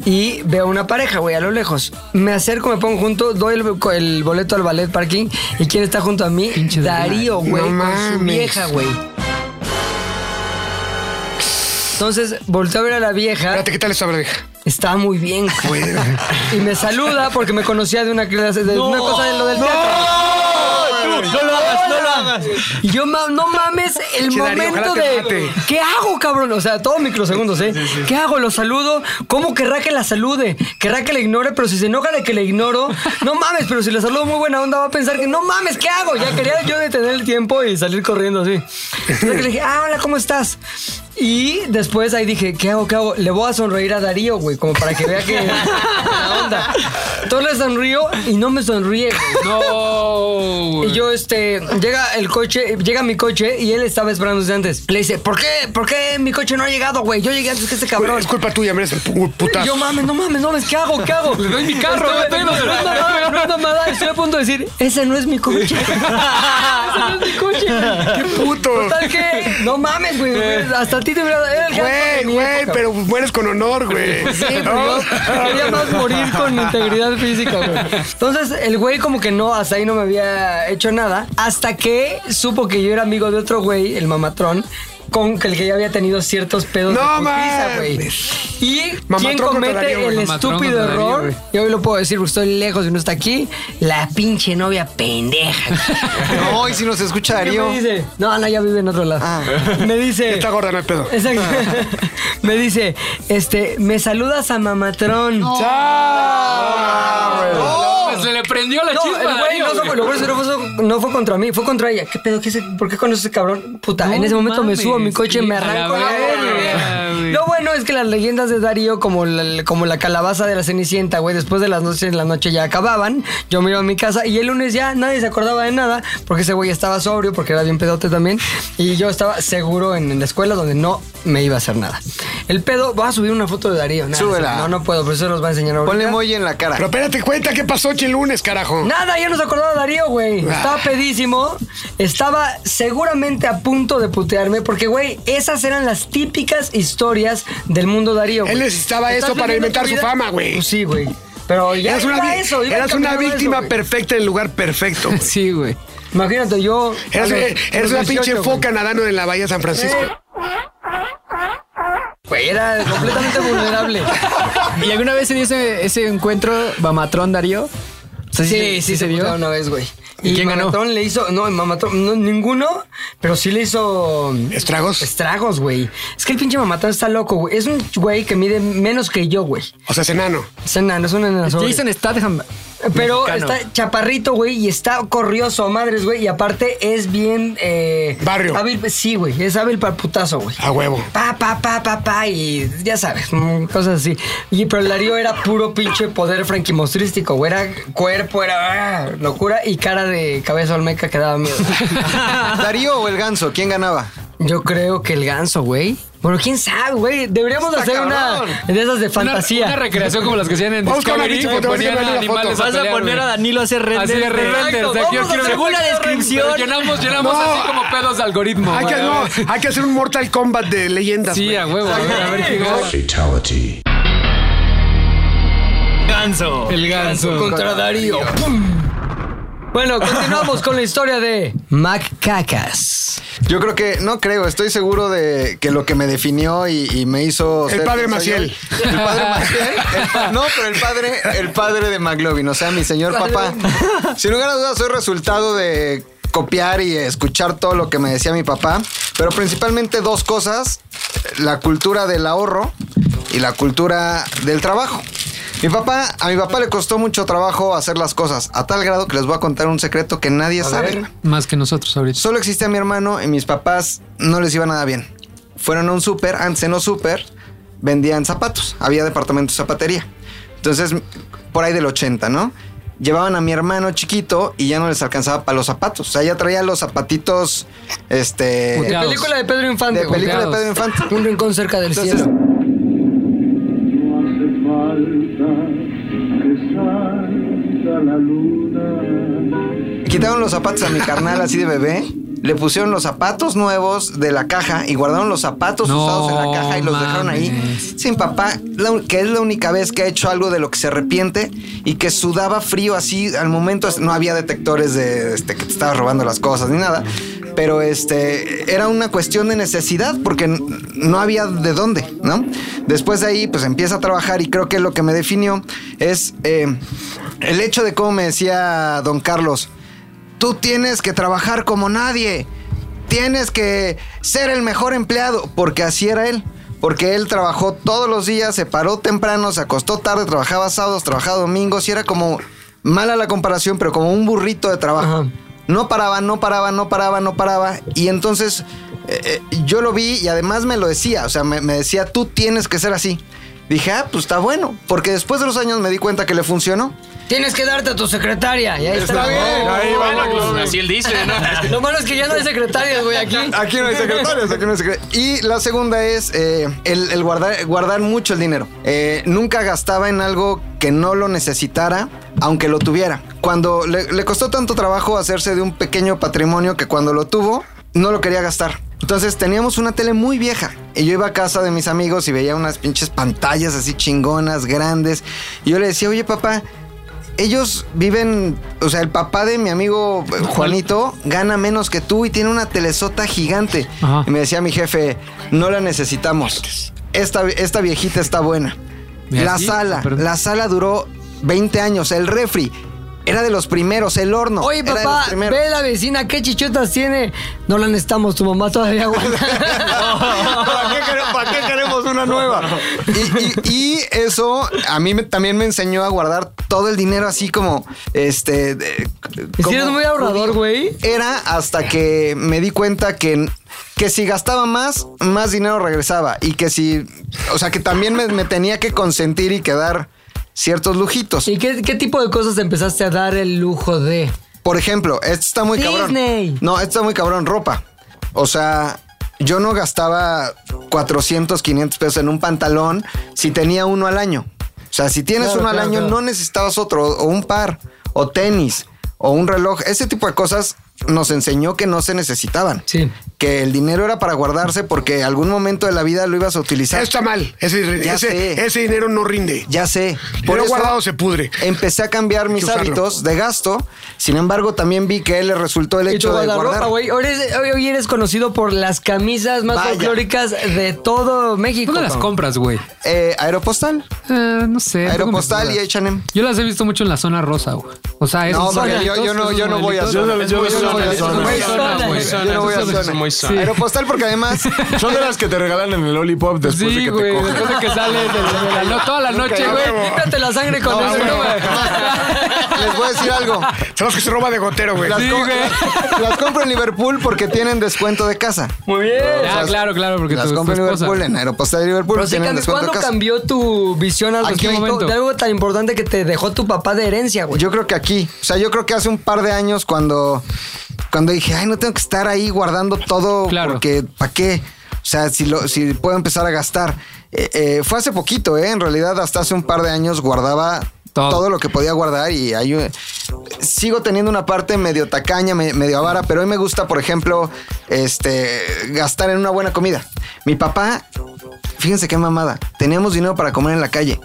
Speaker 2: y veo una pareja, güey, a lo lejos. Me acerco, me pongo junto, doy el, el boleto al ballet parking. ¿Y quién está junto a mí?
Speaker 3: Pinche
Speaker 2: Darío, güey,
Speaker 4: No
Speaker 2: con su
Speaker 4: mames.
Speaker 2: vieja, güey. Entonces, volteo a ver a la vieja.
Speaker 4: Espérate, ¿qué tal esta verdeja?
Speaker 2: Está muy bien, güey. Y me saluda porque me conocía de una clase, de una cosa de lo del teatro.
Speaker 9: No lo hagas, no lo hagas.
Speaker 2: Y yo, ma- no mames, el
Speaker 4: Che, Darío,
Speaker 2: momento
Speaker 4: ojalá te
Speaker 2: de.
Speaker 4: mate.
Speaker 2: ¿Qué hago, cabrón? O sea, todos microsegundos, ¿eh? ¿Qué hago? ¿Lo saludo? ¿Cómo querrá que la salude? ¿Querrá que la ignore? Pero si se enoja de que la ignoro, no mames, pero si la saludo muy buena onda, va a pensar que no mames, ¿qué hago? Ya quería yo detener el tiempo y salir corriendo así. Entonces que le dije, ah, hola, ¿cómo estás? Y después ahí dije, ¿qué hago? ¿Qué hago? Le voy a sonreír a Darío, güey, como para que vea que. la onda. Entonces le sonrío y no me sonríe, güey.
Speaker 3: No. güey.
Speaker 2: Y yo, este, llega el coche, llega mi coche y él estaba esperando desde antes. Le dice, ¿por qué? ¿Por qué mi coche no ha llegado, güey? Yo llegué antes que este
Speaker 4: Güey,
Speaker 2: cabrón.
Speaker 4: Es culpa tuya, mereces el pu- putazo.
Speaker 2: Yo mames, no mames, no mames, ¿qué hago? ¿Qué hago? Le
Speaker 3: doy mi carro, güey,
Speaker 2: Pues, no,
Speaker 3: estoy
Speaker 2: no, no es mamada, no es mamada. Estoy a punto de decir, ese no es mi coche. ese no es mi coche, güey. Eh.
Speaker 4: ¡Qué puto!
Speaker 2: Total que, no mames, güey. Hasta a ti te hubiera dado. Era el gato de
Speaker 4: Güey,
Speaker 2: mi
Speaker 4: güey,
Speaker 2: época,
Speaker 4: pero mueres con honor, güey.
Speaker 2: Sí, pero yo quería más morir con integridad física, güey. Entonces, el güey como que no, hasta ahí no me había hecho nada. Hasta que supo que yo era amigo de otro güey, el mamatrón, con el que ya había tenido ciertos pedos de
Speaker 4: No
Speaker 2: putiza, güey. Y quién
Speaker 4: Mamatronco
Speaker 2: comete
Speaker 4: te daría, güey.
Speaker 2: el
Speaker 4: Mamatronco
Speaker 2: estúpido
Speaker 4: te daría,
Speaker 2: error,
Speaker 4: güey.
Speaker 2: y hoy lo puedo decir porque estoy lejos y no está aquí, la pinche novia pendeja.
Speaker 6: No, y si nos escucha
Speaker 2: ¿Qué
Speaker 6: eh. Darío.
Speaker 2: me dice? No, no, ya vive en otro lado. Me dice. Está
Speaker 4: gorda, no hay pedo.
Speaker 2: Exacto. me dice, este, me saludas a Mamatrón.
Speaker 3: Pues se le prendió la
Speaker 2: No,
Speaker 3: chispa.
Speaker 2: el güey
Speaker 3: Darío,
Speaker 2: no, fue-
Speaker 3: güey.
Speaker 2: lo peor es que no fue, no fue contra mí, fue contra ella. ¿Qué pedo? ¿Qué es- ¿Por qué conoces a ese cabrón? Puta,
Speaker 3: No
Speaker 2: en ese momento
Speaker 3: mames,
Speaker 2: me subo a mi coche,
Speaker 3: sí,
Speaker 2: me
Speaker 3: a la
Speaker 2: arranco.
Speaker 3: verga,
Speaker 2: güey. Lo bueno es que las leyendas de Darío, como la, como la calabaza de la Cenicienta, güey, después de las noches en la noche ya acababan. Yo me iba a mi casa y el lunes ya nadie se acordaba de nada, porque ese güey estaba sobrio, porque era bien pedote también. Y yo estaba seguro en, en la escuela donde no me iba a hacer nada. El pedo, voy a subir una foto de Darío. Nada,
Speaker 6: Súbela.
Speaker 2: No, no puedo, pero eso los va a enseñar ahorita.
Speaker 6: Ponle emoji en la cara.
Speaker 4: Pero espérate, cuenta qué pasó el lunes, carajo.
Speaker 2: Nada, ya nos acordaba Darío, güey.
Speaker 4: Ah.
Speaker 2: Estaba pedísimo. Estaba seguramente a punto de putearme porque, güey, esas eran las típicas historias del mundo Darío.
Speaker 4: Él necesitaba eso para inventar su fama, güey.
Speaker 2: Pues sí, güey. Pero ya
Speaker 4: eras
Speaker 2: iba
Speaker 4: una, vi-
Speaker 2: eso. iba
Speaker 4: eras una
Speaker 2: encaminado a eso,
Speaker 4: víctima
Speaker 2: güey.
Speaker 4: perfecta en el lugar perfecto. güey.
Speaker 3: Sí, güey.
Speaker 2: Imagínate, yo...
Speaker 4: Eras,
Speaker 2: a los-
Speaker 4: eh, eras
Speaker 2: a los
Speaker 4: una pinche
Speaker 2: 18,
Speaker 4: foca nadando en la bahía de San Francisco.
Speaker 6: Eh.
Speaker 2: Güey, era completamente vulnerable.
Speaker 16: ¿Y alguna vez se dio ese, ese encuentro Bamatrón Darío? O sea,
Speaker 2: Sí, sí, se puteó una vez, güey. ¿Y,
Speaker 16: quién ganó?
Speaker 2: Mamatón le hizo, no, Mamatón, no, ninguno, pero sí le hizo...
Speaker 4: ¿Estragos?
Speaker 2: Estragos, güey. Es que el pinche Mamatón está loco, güey. Es un güey que mide menos que yo, güey.
Speaker 4: O sea, es enano.
Speaker 2: Es enano, es un enano.
Speaker 16: Jason Statham.
Speaker 2: Pero
Speaker 16: mexicano.
Speaker 2: está chaparrito, güey, y está corrioso, madres, güey. Y aparte es bien. eh,
Speaker 4: Barrio. Ah.
Speaker 2: hábil- sí, güey, es hábil para el putazo, güey.
Speaker 4: A huevo.
Speaker 2: Pa, pa, pa, pa, pa, y ya sabes, mm, cosas así. Y pero el Darío era puro pinche poder franquimostrístico, güey. Era cuerpo, era ah, locura y cara de cabeza olmeca que daba miedo.
Speaker 6: ¿Darío o el ganso? ¿Quién ganaba?
Speaker 2: Yo creo que el ganso, güey. Bueno, quién sabe, güey. Deberíamos de
Speaker 6: Está
Speaker 2: hacer
Speaker 6: cabrón.
Speaker 2: una de esas de fantasía.
Speaker 3: Una, una recreación como las que hacían en
Speaker 2: Vamos con la
Speaker 3: Discovery,
Speaker 2: bicha,
Speaker 3: que
Speaker 2: te voy a
Speaker 3: ponían
Speaker 2: enseñar
Speaker 3: a
Speaker 2: la foto.
Speaker 3: animales a
Speaker 2: Vas a
Speaker 3: pelear,
Speaker 2: poner
Speaker 3: güey.
Speaker 2: a Danilo a hacer
Speaker 3: Así de
Speaker 2: render.
Speaker 3: render.
Speaker 2: Exacto,
Speaker 3: o sea,
Speaker 2: vamos
Speaker 3: yo
Speaker 2: a
Speaker 3: quiero-
Speaker 2: hacer Según la
Speaker 3: Pero
Speaker 2: descripción.
Speaker 3: Llenamos, llenamos
Speaker 4: No.
Speaker 3: así como pedos de algoritmo.
Speaker 4: Hay que,
Speaker 3: güey.
Speaker 4: no, hay que hacer un Mortal Kombat de leyendas.
Speaker 3: Sí,
Speaker 4: güey.
Speaker 3: a huevo. A ver, a ver qué gana.
Speaker 17: Fatality.
Speaker 2: Ganso.
Speaker 3: El ganso.
Speaker 2: Contra Darío. Bueno, continuamos con la historia de Mac Cacas.
Speaker 6: Yo creo que, no creo, estoy seguro de que lo que me definió y, y me hizo.
Speaker 4: El padre Maciel.
Speaker 6: El padre Maciel. el pa- no, pero el padre, el padre de McLovin, o sea, mi señor papá. Sin lugar a dudas, soy resultado de copiar y escuchar todo lo que me decía mi papá, pero principalmente dos cosas: la cultura del ahorro y la cultura del trabajo. Mi papá, a mi papá le costó mucho trabajo hacer las cosas, a tal grado que les voy a contar un secreto que nadie sabe.
Speaker 3: Más que nosotros ahorita.
Speaker 6: Solo existía mi hermano y mis papás no les iba nada bien. Fueron a un súper, antes en los súper vendían zapatos, había departamento de zapatería. Entonces, por ahí del 80, ¿no? Llevaban a mi hermano chiquito y ya no les alcanzaba para los zapatos. O sea, ya traía los zapatitos, este...
Speaker 2: De película de Pedro Infante.
Speaker 6: De
Speaker 2: güey.
Speaker 6: película de Pedro Infante.
Speaker 2: Un rincón cerca del cielo.
Speaker 6: Quitaron los zapatos a mi carnal así de bebé. Le pusieron los zapatos nuevos de la caja y guardaron los zapatos
Speaker 3: No
Speaker 6: usados en la caja y los dejaron ahí. Sin papá, la un- que es la única vez que ha hecho algo de lo que se arrepiente y que sudaba frío así al momento. No había detectores de este, que te estabas robando las cosas ni nada. Pero este era una cuestión de necesidad porque n- no había de dónde, ¿no? Después de ahí, pues empieza a trabajar y creo que lo que me definió es eh, el hecho de cómo me decía don Carlos, tú tienes que trabajar como nadie. Tienes que ser el mejor empleado, porque así era él. Porque él trabajó todos los días, se paró temprano, se acostó tarde, trabajaba sábados, trabajaba domingos y era como, mala la comparación, pero como un burrito de trabajo. No paraba, no paraba, no paraba, no paraba. Y entonces eh, eh, yo lo vi y además me lo decía, o sea, me, me decía, tú tienes que ser así. Dije, ah, pues está bueno, porque después de los años me di cuenta que le funcionó.
Speaker 2: Tienes que darte a tu secretaria. Y ahí está.
Speaker 6: Está bien, ahí va la
Speaker 2: güey.
Speaker 6: gloria.
Speaker 10: Así él dice, ¿no?
Speaker 2: Lo malo es que ya no hay secretarias, güey, aquí.
Speaker 6: Aquí no hay secretarios, aquí no hay secretarios. Y la segunda es eh, el, el guardar, guardar mucho el dinero. Eh, nunca gastaba en algo que no lo necesitara, aunque lo tuviera. Cuando le, le costó tanto trabajo hacerse de un pequeño patrimonio que cuando lo tuvo, no lo quería gastar. Entonces teníamos una tele muy vieja y yo iba a casa de mis amigos y veía unas pinches pantallas así chingonas, grandes. Y yo le decía, oye papá, ellos viven, o sea, el papá de mi amigo eh, Juanito gana menos que tú y tiene una telesota gigante. Y me decía mi jefe, no la necesitamos. Esta, esta viejita está buena.
Speaker 16: Mira,
Speaker 6: La
Speaker 16: sí,
Speaker 6: sala,
Speaker 16: perdón.
Speaker 6: la sala duró 20 años. El refri era de los primeros, el horno.
Speaker 2: Oye,
Speaker 6: era de
Speaker 2: papá,
Speaker 6: los primeros.
Speaker 2: ve la vecina, qué chichotas tiene. No la necesitamos, tu mamá todavía aguanta.
Speaker 7: ¿Para qué, quere- para qué queremos una nueva?
Speaker 6: Y, y- y eso a mí me- también me enseñó a guardar todo el dinero así como este. de- como-
Speaker 2: eres muy ahorrador, güey.
Speaker 6: Era hasta que me di cuenta que, que si gastaba más, más dinero regresaba. Y que si. O sea, que también me, me tenía que consentir y quedar ciertos lujitos.
Speaker 2: ¿Y qué, qué tipo de cosas empezaste a dar el lujo de?
Speaker 6: Por ejemplo, esto está muy cabrón.
Speaker 2: Disney.
Speaker 6: No, esto está muy cabrón. Ropa. O sea, yo no gastaba 400, 500 pesos en un pantalón si tenía uno al año. O sea, si tienes
Speaker 2: Claro,
Speaker 6: uno al
Speaker 2: claro,
Speaker 6: año,
Speaker 2: claro.
Speaker 6: no necesitabas otro, o un par, o tenis, o un reloj. Ese tipo de cosas nos enseñó que no se necesitaban.
Speaker 2: Sí.
Speaker 6: Que el dinero era para guardarse porque algún momento de la vida lo ibas a utilizar.
Speaker 4: Está mal. Ese,
Speaker 6: Ya
Speaker 4: ese,
Speaker 6: sé.
Speaker 4: ese dinero no rinde.
Speaker 6: Ya sé.
Speaker 4: Por
Speaker 6: eso-
Speaker 4: guardado este se pudre.
Speaker 6: empecé a cambiar mis
Speaker 4: usarlo.
Speaker 6: hábitos de gasto. Sin embargo, también vi que le resultó el
Speaker 2: Y tu
Speaker 6: hecho de
Speaker 2: guardarropa,
Speaker 6: guardar.
Speaker 2: güey. Hoy eres- Hoy, hoy eres conocido por las camisas más
Speaker 6: Vaya.
Speaker 2: folclóricas de todo México.
Speaker 3: ¿Dónde las
Speaker 2: cabrón.
Speaker 3: compras, güey?
Speaker 6: Eh, Aeropostal.
Speaker 3: Eh, no sé. tengo mis
Speaker 6: Aeropostal y
Speaker 3: dudas.
Speaker 6: H&M.
Speaker 3: Yo las he visto mucho en la zona rosa, güey. O sea, esos
Speaker 6: No, porque yo,
Speaker 3: modelitos,
Speaker 6: yo no,
Speaker 3: esos
Speaker 6: yo no voy a
Speaker 3: modelitos.
Speaker 7: Yo no- yo no
Speaker 6: Yo no voy a
Speaker 7: soy zona.
Speaker 6: zona.
Speaker 3: Muy zona,
Speaker 6: Yo
Speaker 3: muy
Speaker 6: no voy a
Speaker 3: zona,
Speaker 6: zona.
Speaker 10: muy zona.
Speaker 6: Aeropostal porque además
Speaker 7: Son de las que te regalan en el Lollipop después de
Speaker 3: Sí,
Speaker 7: que
Speaker 3: güey.
Speaker 7: te cogen.
Speaker 3: Después de que sales de, de la, no, toda la noche, güey.
Speaker 2: Quítate la sangre con
Speaker 6: No,
Speaker 2: eso,
Speaker 6: güey.
Speaker 2: güey.
Speaker 6: les voy a decir algo.
Speaker 4: Son los que se roba de gotero, güey.
Speaker 6: Las,
Speaker 3: Sí,
Speaker 6: co-
Speaker 3: güey.
Speaker 6: las compro en Liverpool porque tienen descuento de casa.
Speaker 2: Muy bien.
Speaker 3: Ah, claro, claro, porque
Speaker 6: Las
Speaker 3: tu, tu
Speaker 6: compro en
Speaker 3: esposa.
Speaker 6: Liverpool, en Aeropostal de Liverpool
Speaker 2: Pero sí,
Speaker 6: tienen
Speaker 2: Candy,
Speaker 6: descuento
Speaker 2: ¿cuándo
Speaker 6: de casa.
Speaker 2: cambió tu visión al
Speaker 6: ¿A qué
Speaker 2: respecto
Speaker 6: momento?
Speaker 2: de algo tan importante que te dejó tu papá de herencia, güey?
Speaker 6: Yo creo que aquí, o sea, yo creo que hace un par de años cuando, cuando dije, ay, no tengo que estar ahí guardando todo
Speaker 3: Claro.
Speaker 6: porque ¿para qué? O sea, si, lo, si puedo empezar a gastar. Eh, eh, fue hace poquito, ¿eh? En realidad, hasta hace un par de años guardaba
Speaker 3: Todo.
Speaker 6: todo, lo que podía guardar y hay un- sigo teniendo una parte medio tacaña, me- medio avara, pero hoy me gusta, por ejemplo, este, gastar en una buena comida. Mi papá, fíjense qué mamada, teníamos dinero para comer en la calle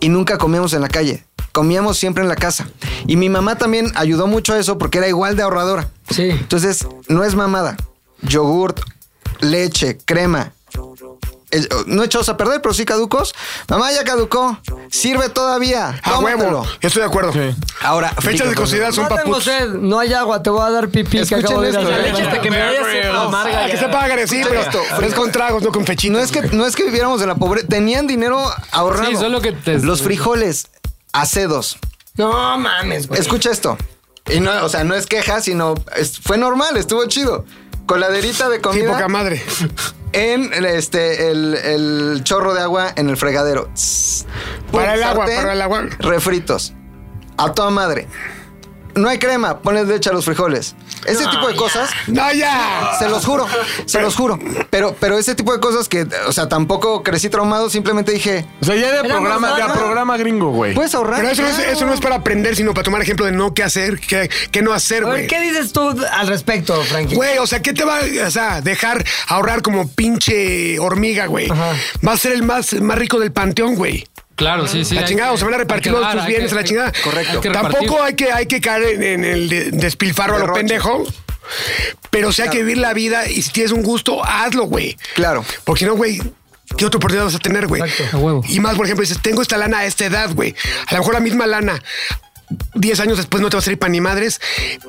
Speaker 6: y nunca comíamos en la calle. Comíamos siempre en la casa. Y mi mamá también ayudó mucho a eso porque era igual de ahorradora.
Speaker 2: Sí.
Speaker 6: Entonces, no es mamada. Yogurt, leche, crema. eh, No echados a perder, pero sí caducos. Mamá ya caducó. Sirve todavía.
Speaker 4: A
Speaker 6: Tómatelo.
Speaker 4: huevo. Estoy de acuerdo.
Speaker 6: Ahora,
Speaker 4: Fechas de consideración son
Speaker 2: No tengo
Speaker 4: papuchos.
Speaker 2: sed, no hay agua, te voy a dar pipí
Speaker 6: Escuchen
Speaker 2: que acabo de ir a
Speaker 6: esto,
Speaker 2: hacer.
Speaker 6: ¿eh?
Speaker 9: Hasta que me vaya siendo amarga
Speaker 4: Ah,
Speaker 9: ya.
Speaker 4: que sepa agresivo,
Speaker 6: Escuchen
Speaker 4: esto.
Speaker 6: esto.
Speaker 4: Es con tragos, no con fechitos.
Speaker 6: No es que, no es que viviéramos en la pobreza. Tenían dinero ahorrado.
Speaker 3: Sí, solo que te-
Speaker 6: Los frijoles, acedos.
Speaker 2: No mames, güey.
Speaker 6: Escucha esto. Y no, o sea, no es queja, sino es- fue normal, estuvo chido. Coladerita de
Speaker 4: Sí, poca
Speaker 6: comida
Speaker 4: madre.
Speaker 6: en el, este, el, el chorro de agua en el fregadero. Tss. Pum,
Speaker 4: Para el agua,
Speaker 6: sartén,
Speaker 4: para el agua.
Speaker 6: Refritos. A toda madre. No hay crema, pones leche a los frijoles. Ese tipo de cosas.
Speaker 4: ¡No, ya!
Speaker 6: Se los juro, se los juro. Pero, pero ese tipo de cosas que, o sea, tampoco crecí traumado, simplemente dije,
Speaker 7: O sea, ya de
Speaker 2: Era
Speaker 7: programa, de a
Speaker 2: normal.
Speaker 7: programa gringo, güey.
Speaker 6: puedes ahorrar.
Speaker 4: Pero eso no, es,
Speaker 6: Claro.
Speaker 4: eso no es para aprender, sino para tomar ejemplo de no qué hacer, qué, qué no hacer,
Speaker 2: A
Speaker 4: güey.
Speaker 2: ver, ¿qué dices tú al respecto, Frankie?
Speaker 4: Güey, o sea, ¿qué te va o sea, dejar ahorrar como pinche hormiga, güey?
Speaker 2: Ajá.
Speaker 4: Va a ser el más, el más rico del panteón, güey.
Speaker 3: Claro, sí, sí.
Speaker 4: la
Speaker 3: hay
Speaker 4: chingada,
Speaker 3: que-
Speaker 4: o se van a
Speaker 3: hay que
Speaker 4: repartir los
Speaker 3: dar,
Speaker 4: tus
Speaker 3: hay
Speaker 4: bienes,
Speaker 3: que-
Speaker 4: la chingada.
Speaker 3: hay- hay que repartir.
Speaker 4: Tampoco hay que, hay que caer en, en el de- despilfarro a lo
Speaker 6: Derroche.
Speaker 4: pendejo. Pero sí hay que vivir la vida y si tienes un gusto, hazlo, güey.
Speaker 6: Claro.
Speaker 4: Porque si no, güey, ¿qué otra oportunidad vas a tener, güey?
Speaker 3: Exacto. A huevo.
Speaker 4: Y más, por ejemplo, dices, tengo esta lana a esta edad, güey. A lo mejor la misma lana. 10 años después no te va a servir para ni madres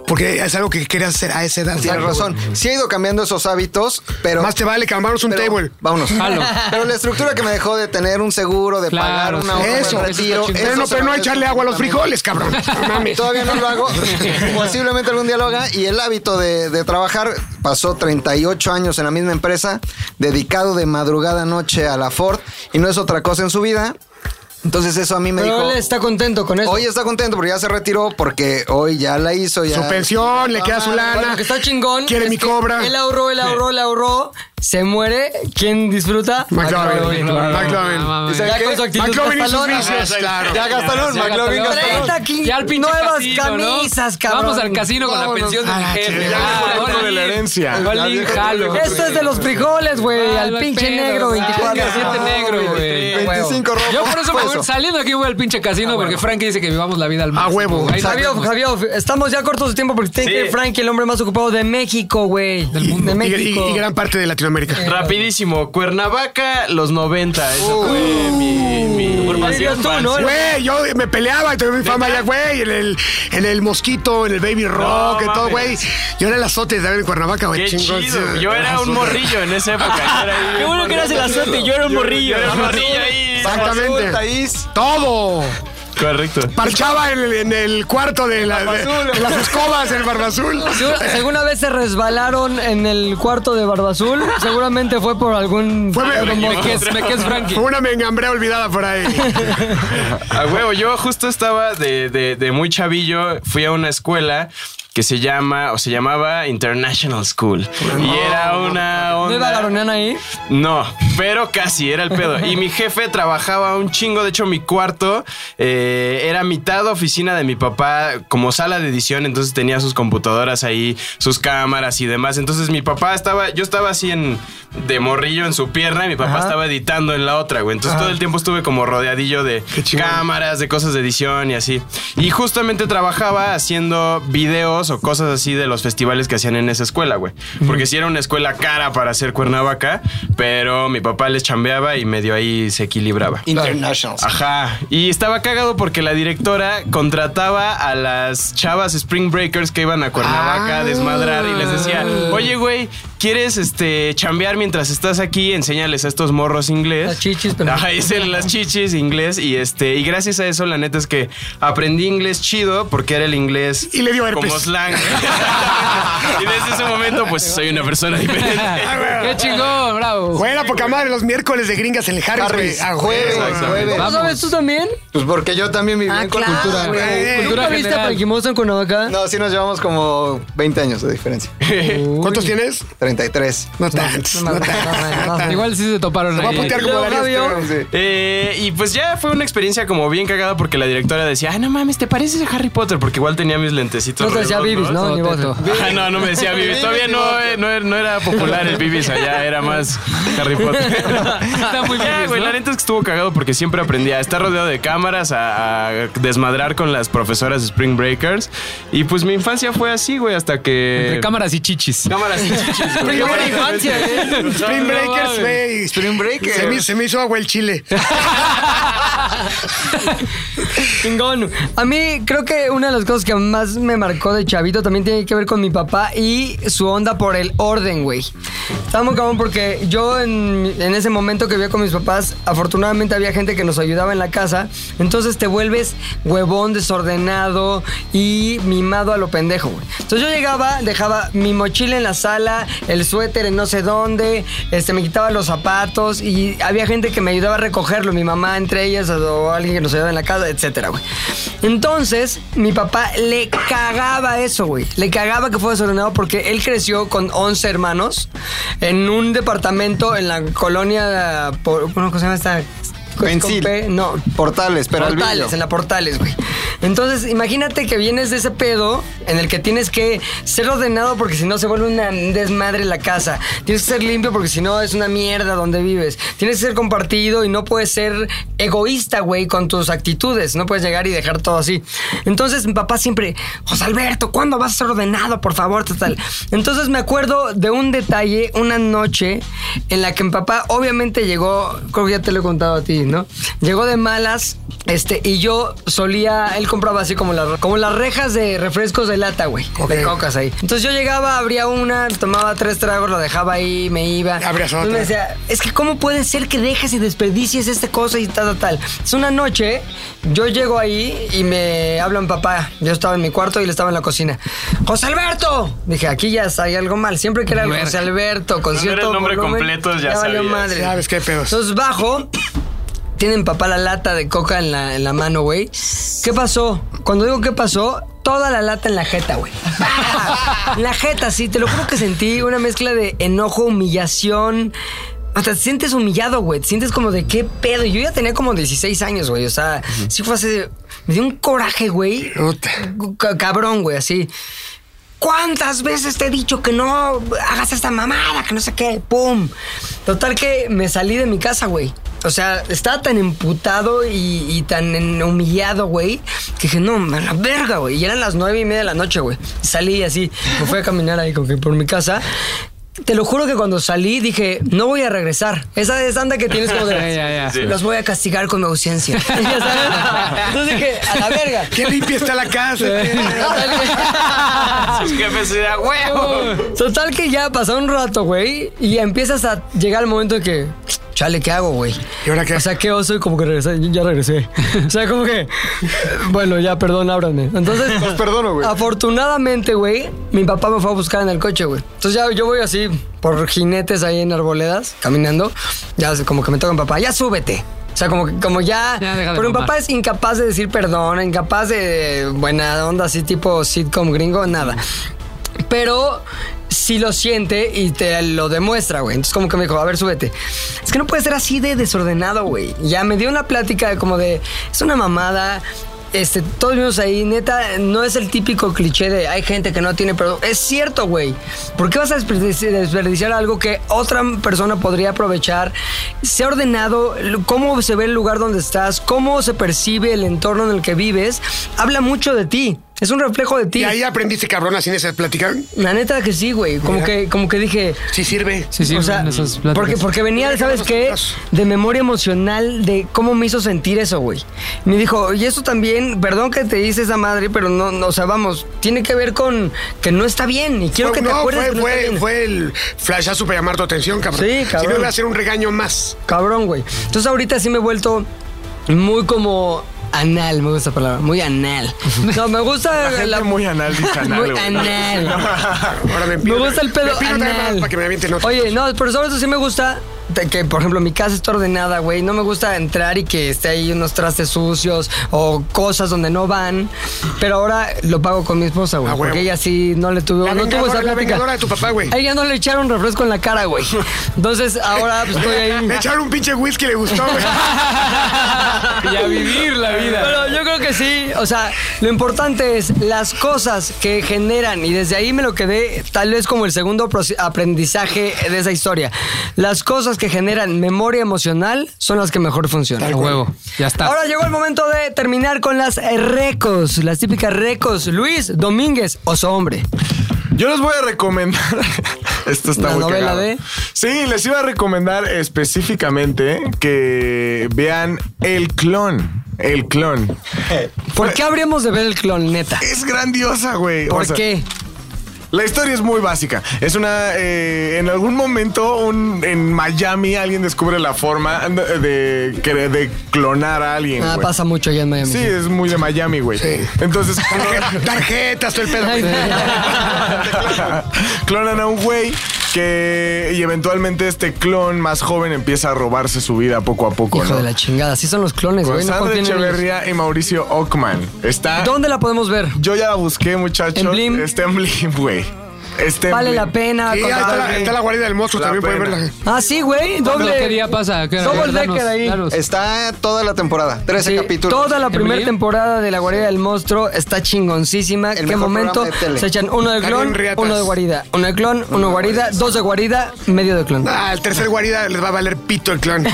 Speaker 4: porque es algo que querías hacer a esa edad.
Speaker 6: Tienes
Speaker 4: güey.
Speaker 6: razón. Sí he ido cambiando esos hábitos, pero.
Speaker 4: Más te vale que cambiamos un
Speaker 6: pero-
Speaker 4: table.
Speaker 6: Vámonos.
Speaker 3: Jalo.
Speaker 6: Pero la estructura que me dejó de tener un seguro, de
Speaker 3: Claro, sí.
Speaker 6: pagar una hora
Speaker 4: Eso,
Speaker 6: de
Speaker 4: eso
Speaker 6: retiro.
Speaker 3: está
Speaker 4: Pero
Speaker 6: eso
Speaker 4: no,
Speaker 6: se
Speaker 4: pero no
Speaker 6: agradece
Speaker 4: echarle agua a los
Speaker 6: completamente.
Speaker 4: frijoles, cabrón. No mames.
Speaker 6: Todavía no lo hago. Posiblemente algún día lo haga. Y el hábito de, de trabajar pasó 38 años en la misma empresa, dedicado de madrugada a noche a la Ford, y no es otra cosa en su vida. Entonces, eso a mí me
Speaker 2: Pero
Speaker 6: dijo.
Speaker 2: él está contento con eso.
Speaker 6: Hoy está contento porque ya se retiró porque hoy ya la hizo. Ya,
Speaker 4: Su pensión, le queda su
Speaker 6: Ah,
Speaker 4: lana.
Speaker 2: Bueno, lo que está chingón.
Speaker 4: Quiere
Speaker 2: es
Speaker 4: mi
Speaker 2: que
Speaker 4: cobra.
Speaker 2: Él ahorró, él ahorró, él ahorró. se muere, ¿quién disfruta?
Speaker 4: McLovin. McLovin.
Speaker 2: Ah,
Speaker 4: ¿Y sabe
Speaker 2: Ya
Speaker 4: qué?
Speaker 2: con su actitud
Speaker 4: McLovin y sus
Speaker 2: gastalona.
Speaker 4: vicios, claro.
Speaker 7: Ya gastaron,
Speaker 2: Ya gastaron.
Speaker 7: McLovin gastaron.
Speaker 2: 30 aquí,
Speaker 3: Ya al pinche
Speaker 2: nuevas
Speaker 3: casino, ¿no?
Speaker 2: camisas, cabrón.
Speaker 3: Vamos al casino con la
Speaker 2: Vámonos.
Speaker 3: pensión de mi
Speaker 2: Ah,
Speaker 3: jefe.
Speaker 2: chingada.
Speaker 3: Ah,
Speaker 18: Con
Speaker 3: órale.
Speaker 18: de la herencia.
Speaker 3: Órale, jalo.
Speaker 2: Esto es de los frijoles, güey.
Speaker 3: Ah,
Speaker 2: al
Speaker 3: no hay
Speaker 2: pinche
Speaker 3: pedo,
Speaker 2: negro,
Speaker 3: ah,
Speaker 2: 24.
Speaker 3: siete negro, güey.
Speaker 7: 25 rojo.
Speaker 3: Yo por eso me voy, saliendo aquí voy al pinche
Speaker 2: Ah,
Speaker 3: casino porque Frankie dice que vivamos la vida al máximo. A huevo.
Speaker 2: Javier, Javier, estamos ya cortos de tiempo porque tiene que ir Frankie, el hombre más ocupado de México, güey. Del mundo. De
Speaker 4: Y,
Speaker 2: México.
Speaker 4: y- y gran parte de Latinoamérica.
Speaker 6: Rapidísimo, Cuernavaca, los 90. Esa fue mi, mi formación. infancia.
Speaker 4: Güey, yo me peleaba y tuve mi fama allá, güey, en el, en el Mosquito, en el Baby Rock, en todo,
Speaker 6: mames.
Speaker 4: güey. Yo era el azote también en Cuernavaca, güey.
Speaker 6: Qué
Speaker 4: chingón,
Speaker 6: chido.
Speaker 4: sí.
Speaker 6: Yo era un morrillo en esa época. Yo era ahí
Speaker 19: Qué
Speaker 6: un
Speaker 19: bueno que eras el
Speaker 6: morrillo.
Speaker 19: azote, yo era un morrillo.
Speaker 6: Yo era un morrillo ahí.
Speaker 4: Exactamente. Todo.
Speaker 6: Correcto.
Speaker 4: Parchaba en el, en el cuarto de, la- de- de las escobas del Barbazul.
Speaker 2: Si alguna vez se resbalaron en el cuarto de Barbazul, seguramente fue por algún.
Speaker 4: Fue me-
Speaker 3: quedes- me quedes, Frankie.
Speaker 4: Fue una mengambrea olvidada por ahí.
Speaker 6: A huevo, yo justo estaba de, de- de muy chavillo, fui a una escuela que se llama o se llamaba International School y era una
Speaker 2: ¿No iba
Speaker 6: onda-
Speaker 2: la Aroniana ahí?
Speaker 6: no, pero casi era el pedo. Y mi jefe trabajaba un chingo. De hecho, mi cuarto eh, era mitad oficina de mi papá, como sala de edición. Entonces tenía sus computadoras ahí, sus cámaras y demás. Entonces mi papá estaba, yo estaba así en de morrillo en su pierna y mi papá estaba editando en la otra, güey. Entonces todo el tiempo estuve como rodeadillo de cámaras, de cosas de edición y así. Y justamente trabajaba haciendo videos o cosas así de los festivales que hacían en esa escuela, güey. Porque si era una escuela cara para hacer Cuernavaca, pero mi papá les chambeaba y medio ahí se equilibraba.
Speaker 7: International.
Speaker 6: Ajá. Y estaba cagado porque la directora contrataba a las chavas Spring Breakers que iban a Cuernavaca a desmadrar y les decía,
Speaker 2: Ah.
Speaker 6: oye, güey, ¿quieres este chambear mientras estás aquí? Enséñales a estos morros inglés.
Speaker 2: Las chichis, pero-
Speaker 6: Ajá, dicen las chichis inglés y este y gracias a eso la neta es que aprendí inglés chido porque era el inglés
Speaker 4: Y le dio herpes.
Speaker 6: como slang. y desde ese momento pues soy una persona diferente.
Speaker 3: Qué chingón, bravo.
Speaker 4: Güey, era poca madre los miércoles de gringas en el Harris, güey.
Speaker 7: Harris.
Speaker 4: A jueves.
Speaker 6: Exactamente.
Speaker 2: ¿No sabes tú también?
Speaker 7: Pues porque yo también
Speaker 4: Ah,
Speaker 7: viví en
Speaker 2: claro,
Speaker 7: cultura.
Speaker 2: güey.
Speaker 3: Cultura
Speaker 2: ¿Nunca viste a
Speaker 3: general.
Speaker 2: Frankie Monster con Cuernavaca?
Speaker 7: No, sí nos llevamos como 20 años de diferencia.
Speaker 4: ¿Cuántos tienes?
Speaker 7: 33.
Speaker 4: No tantos. No tantos.
Speaker 3: Igual sí se toparon
Speaker 4: Te voy a
Speaker 3: ahí.
Speaker 4: putear como Darío Esteban.
Speaker 7: Sí.
Speaker 6: Eh, y pues ya fue una experiencia como bien cagada porque la directora decía, ah, no mames, ¿te pareces a Harry Potter? Porque igual tenía mis lentecitos.
Speaker 2: No te decía
Speaker 6: redondos.
Speaker 2: Bibis, ¿no? Ni vos.
Speaker 6: Ah, no, no me decía Bibis. Todavía no, eh, no, era- no era popular el Bibis allá, era más Harry Potter.
Speaker 3: Está muy
Speaker 6: Ya,
Speaker 3: bien,
Speaker 6: güey, la neta es que estuvo cagado porque siempre aprendí a estar rodeado de cámaras, a, a desmadrar con las profesoras Spring Breakers. Y pues mi infancia fue así, güey, hasta que...
Speaker 3: Entre cámaras y chichis.
Speaker 6: cámaras y chichis, güey.
Speaker 2: Primera infancia, ¿eh?
Speaker 4: Spring Breakers,
Speaker 3: mames.
Speaker 4: güey. Spring Breakers. Se me, se me hizo agua el chile.
Speaker 2: Chingón. A mí creo que una de las cosas que más me marcó de chavito también tiene que ver con mi papá y su onda por el orden, güey. Estaba muy cabrón porque yo en, en ese momento que vivía con mis papás, afortunadamente había gente que nos ayudaba en la casa. Entonces te vuelves huevón, desordenado y mimado a lo pendejo, güey. Entonces yo llegaba, dejaba mi mochila en la sala, el suéter en no sé dónde, este, me quitaba los zapatos y había gente que me ayudaba a recogerlo, mi mamá entre ellas o alguien que nos ayudaba en la casa, etcétera, güey. Entonces, mi papá le cagaba eso, güey. Le cagaba que fue desordenado porque él creció con 11 hermanos en un departamento en la colonia, por- ¿cómo se llama esta?
Speaker 7: Pensil.
Speaker 2: Pe- No,
Speaker 7: Portales, pero
Speaker 2: portales, en la portales, güey. Entonces, imagínate que vienes de ese pedo en el que tienes que ser ordenado porque si no se vuelve una desmadre la casa. Tienes que ser limpio porque si no es una mierda donde vives. Tienes que ser compartido y no puedes ser egoísta, güey, con tus actitudes. No puedes llegar y dejar todo así. Entonces, mi papá siempre, José Alberto, ¿cuándo vas a ser ordenado? Por favor, total. Entonces, me acuerdo de un detalle, una noche en la que mi papá obviamente llegó, creo que ya te lo he contado a ti, ¿no? Llegó de malas, este, y yo solía, él compraba así como, las como las rejas de refrescos de lata, güey, de cocas ahí. Entonces yo llegaba, abría una, tomaba tres tragos, la dejaba ahí, me iba.
Speaker 4: Abrías otra.
Speaker 2: Entonces me decía, es que cómo puede ser que dejes y desperdicies esta cosa y tal, tal, tal. Es una noche, yo llego ahí y me habla mi papá. Yo estaba en mi cuarto y él estaba en la cocina. ¡José Alberto! Dije, aquí ya hay algo mal. Siempre que era el
Speaker 3: Verga.
Speaker 2: José Alberto, con
Speaker 6: Cuando era el
Speaker 2: cierto
Speaker 6: nombre
Speaker 2: volumen,
Speaker 6: completo, ya
Speaker 2: valió
Speaker 6: sabías.
Speaker 2: madre.
Speaker 4: ¿Sabes qué pedos?
Speaker 2: Entonces bajo, tienen papá la lata de coca en la, en la mano, güey. ¿Qué pasó? Cuando digo qué pasó, toda la lata en la jeta, güey. En la jeta, sí, te lo juro que sentí una mezcla de enojo, humillación. O sea, te sientes humillado, güey. Te sientes como de qué pedo. Yo ya tenía como 16 años, güey. O sea, sí fue hace. Me dio un coraje, güey. Ca- Cabrón, güey, así. ¿Cuántas veces te he dicho que no hagas esta mamada, que no sé qué? ¡Pum! Total que me salí de mi casa, güey. O sea, estaba tan emputado y, y tan en- humillado, güey, que dije, no, a la verga, güey. Y eran las nueve y media de la noche, güey. Salí así, me fui a caminar ahí como que por mi casa. Te lo juro que cuando salí dije, no voy a regresar. Esa es anda que tienes como de...
Speaker 3: Ya, ya, ya. Sí.
Speaker 2: Los voy a castigar con mi ausencia. Ya sabes. Entonces dije, a la verga.
Speaker 4: Qué limpia está la casa.
Speaker 10: Sus jefes se da huevo.
Speaker 2: Total que ya pasó un rato, güey, y empiezas a llegar el momento de que, chale, ¿qué hago, güey? ¿Y ahora qué? O sea, qué oso y como que regresé, ya regresé. O sea, como que, bueno, ya, perdón, ábrame. Entonces,
Speaker 7: Pues perdono, güey.
Speaker 2: afortunadamente, güey, mi papá me fue a buscar en el coche, güey. Entonces ya yo voy así por jinetes ahí en arboledas, caminando, ya como que me toca mi papá, ya súbete. O sea, como, que- como ya...
Speaker 3: Ya, deja de
Speaker 2: pero mi papá
Speaker 3: mamar.
Speaker 2: es incapaz de decir perdón, incapaz de buena onda así tipo sitcom gringo, nada pero si lo siente y te lo demuestra, güey. Entonces como que me dijo, a ver, súbete. Es que no puede ser así de desordenado, güey. Ya me dio una plática de como de, es una mamada. Este, todos vimos ahí, neta, no es el típico cliché de hay gente que no tiene perdón. Es cierto, güey. ¿Por qué vas a desperdici- desperdiciar algo que otra persona podría aprovechar? Se ha ordenado, lo- cómo se ve el lugar donde estás, cómo se percibe el entorno en el que vives, habla mucho de ti. Es un reflejo de ti.
Speaker 4: Y ahí aprendiste, cabrón, así en esa plática.
Speaker 2: La neta que sí, güey. Como
Speaker 4: Mira.
Speaker 2: que, como que dije.
Speaker 4: Sí sirve.
Speaker 3: Sí, sí,
Speaker 2: o sea,
Speaker 3: en esas pláticas.
Speaker 2: porque, porque venía, ¿sabes qué? De memoria emocional de cómo me hizo sentir eso, güey. Me dijo, y eso también, perdón que te hice esa madre, pero no, no, o sea, vamos, tiene que ver con que no está bien. Y quiero
Speaker 4: Fue-
Speaker 2: que te
Speaker 4: no,
Speaker 2: acuerdes
Speaker 4: fue,
Speaker 2: que no está
Speaker 4: fue,
Speaker 2: bien.
Speaker 4: fue el flashazo para llamar tu atención, cabrón.
Speaker 2: Sí,
Speaker 4: Si
Speaker 2: cabrón.
Speaker 4: no, iba a ser un regaño más.
Speaker 2: Cabrón, güey. Entonces ahorita sí me he vuelto muy como anal, me gusta esa palabra, muy anal. No, me gusta la, muy
Speaker 7: anal,
Speaker 4: dice anal,
Speaker 2: muy
Speaker 4: güey.
Speaker 2: anal.
Speaker 4: Ahora me
Speaker 2: Me
Speaker 4: pido-
Speaker 2: gusta el pedo
Speaker 4: me pido otra
Speaker 2: anal.
Speaker 4: más para que me avienten otra.
Speaker 2: Oye, no, pero sobre todo sí me gusta de que, por ejemplo, mi casa está ordenada, güey. No me gusta entrar y que esté ahí unos trastes sucios o cosas donde no van. Pero ahora lo pago con mi esposa, güey.
Speaker 4: Ah, huevo.
Speaker 2: porque ella sí no le tuvo,
Speaker 4: La
Speaker 2: no tuvo
Speaker 4: vengadora-
Speaker 2: esa
Speaker 4: la
Speaker 2: plática.
Speaker 4: vengadora de tu papá, güey.
Speaker 2: A ella no le echaron refresco en la cara, güey. Entonces ahora pues, estoy ahí.
Speaker 4: Le echaron un pinche whisky, le gustó, güey.
Speaker 3: Y a vivir la vida.
Speaker 2: Pero yo creo que sí. O sea, lo importante es las cosas que generan. Y desde ahí me lo quedé tal vez como el segundo proce- aprendizaje de esa historia. Las cosas que generan memoria emocional son las que mejor funcionan.
Speaker 3: A huevo. Ya está.
Speaker 2: Ahora llegó el momento de terminar con las recos, las típicas recos. Luis Domínguez, oso hombre.
Speaker 7: Yo les voy a recomendar. Esto está
Speaker 2: La
Speaker 7: muy
Speaker 2: novela
Speaker 7: cagado.
Speaker 2: de-
Speaker 7: Sí, les iba a recomendar específicamente que vean El Clon. El Clon.
Speaker 2: ¿Por qué habríamos de ver el clon, neta?
Speaker 7: Es grandiosa, güey.
Speaker 2: ¿Por
Speaker 7: Eh, O sea, eh,
Speaker 2: qué?
Speaker 7: La historia es muy básica. Es una. eh, en algún momento, un, en Miami, alguien descubre la forma de, de- de clonar a alguien.
Speaker 2: Ah,
Speaker 7: güey.
Speaker 2: pasa mucho allá en Miami.
Speaker 7: Sí, es muy de Miami, güey. Entonces,
Speaker 4: Tarjetas, todo el pedo.
Speaker 2: Ay,
Speaker 7: clonan a un güey que y eventualmente este clon más joven empieza a robarse su vida poco a poco,
Speaker 2: Hijo
Speaker 7: ¿no?
Speaker 2: de la chingada. Así son los clones,
Speaker 7: Con
Speaker 2: güey. no
Speaker 7: Sandra
Speaker 2: contienen ellos.
Speaker 7: Echeverría y Mauricio Ockman. Está.
Speaker 2: ¿Dónde la podemos ver?
Speaker 7: Yo ya la busqué, muchachos.
Speaker 2: ¿En Blim?
Speaker 7: Está en Blim, güey. Está en
Speaker 2: Vale
Speaker 7: Blim.
Speaker 2: la pena.
Speaker 4: Sí, ahí
Speaker 2: contar-
Speaker 4: está la, está la guarida del monstruo,
Speaker 7: La
Speaker 4: también pueden
Speaker 7: pena.
Speaker 4: verla.
Speaker 2: Ah, sí, güey.
Speaker 3: ¿Qué
Speaker 2: Doble.
Speaker 3: día pasa? ¿Qué hora?
Speaker 2: Double
Speaker 3: Danos,
Speaker 2: decker ahí.
Speaker 3: danos.
Speaker 6: Está toda la temporada, 13
Speaker 2: Sí,
Speaker 6: capítulos.
Speaker 2: toda la primera
Speaker 3: Emily.
Speaker 2: temporada de La Guarida del Monstruo está chingoncísima.
Speaker 6: El
Speaker 2: Qué
Speaker 6: mejor
Speaker 2: momento
Speaker 6: programa de tele.
Speaker 2: se echan uno de
Speaker 4: Cañón
Speaker 2: clon,
Speaker 4: riatas.
Speaker 2: uno de guarida. Uno de clon, uno de guarida, dos de guarida, medio de clon.
Speaker 4: Ah, el tercer guarida les va a valer pito el clon.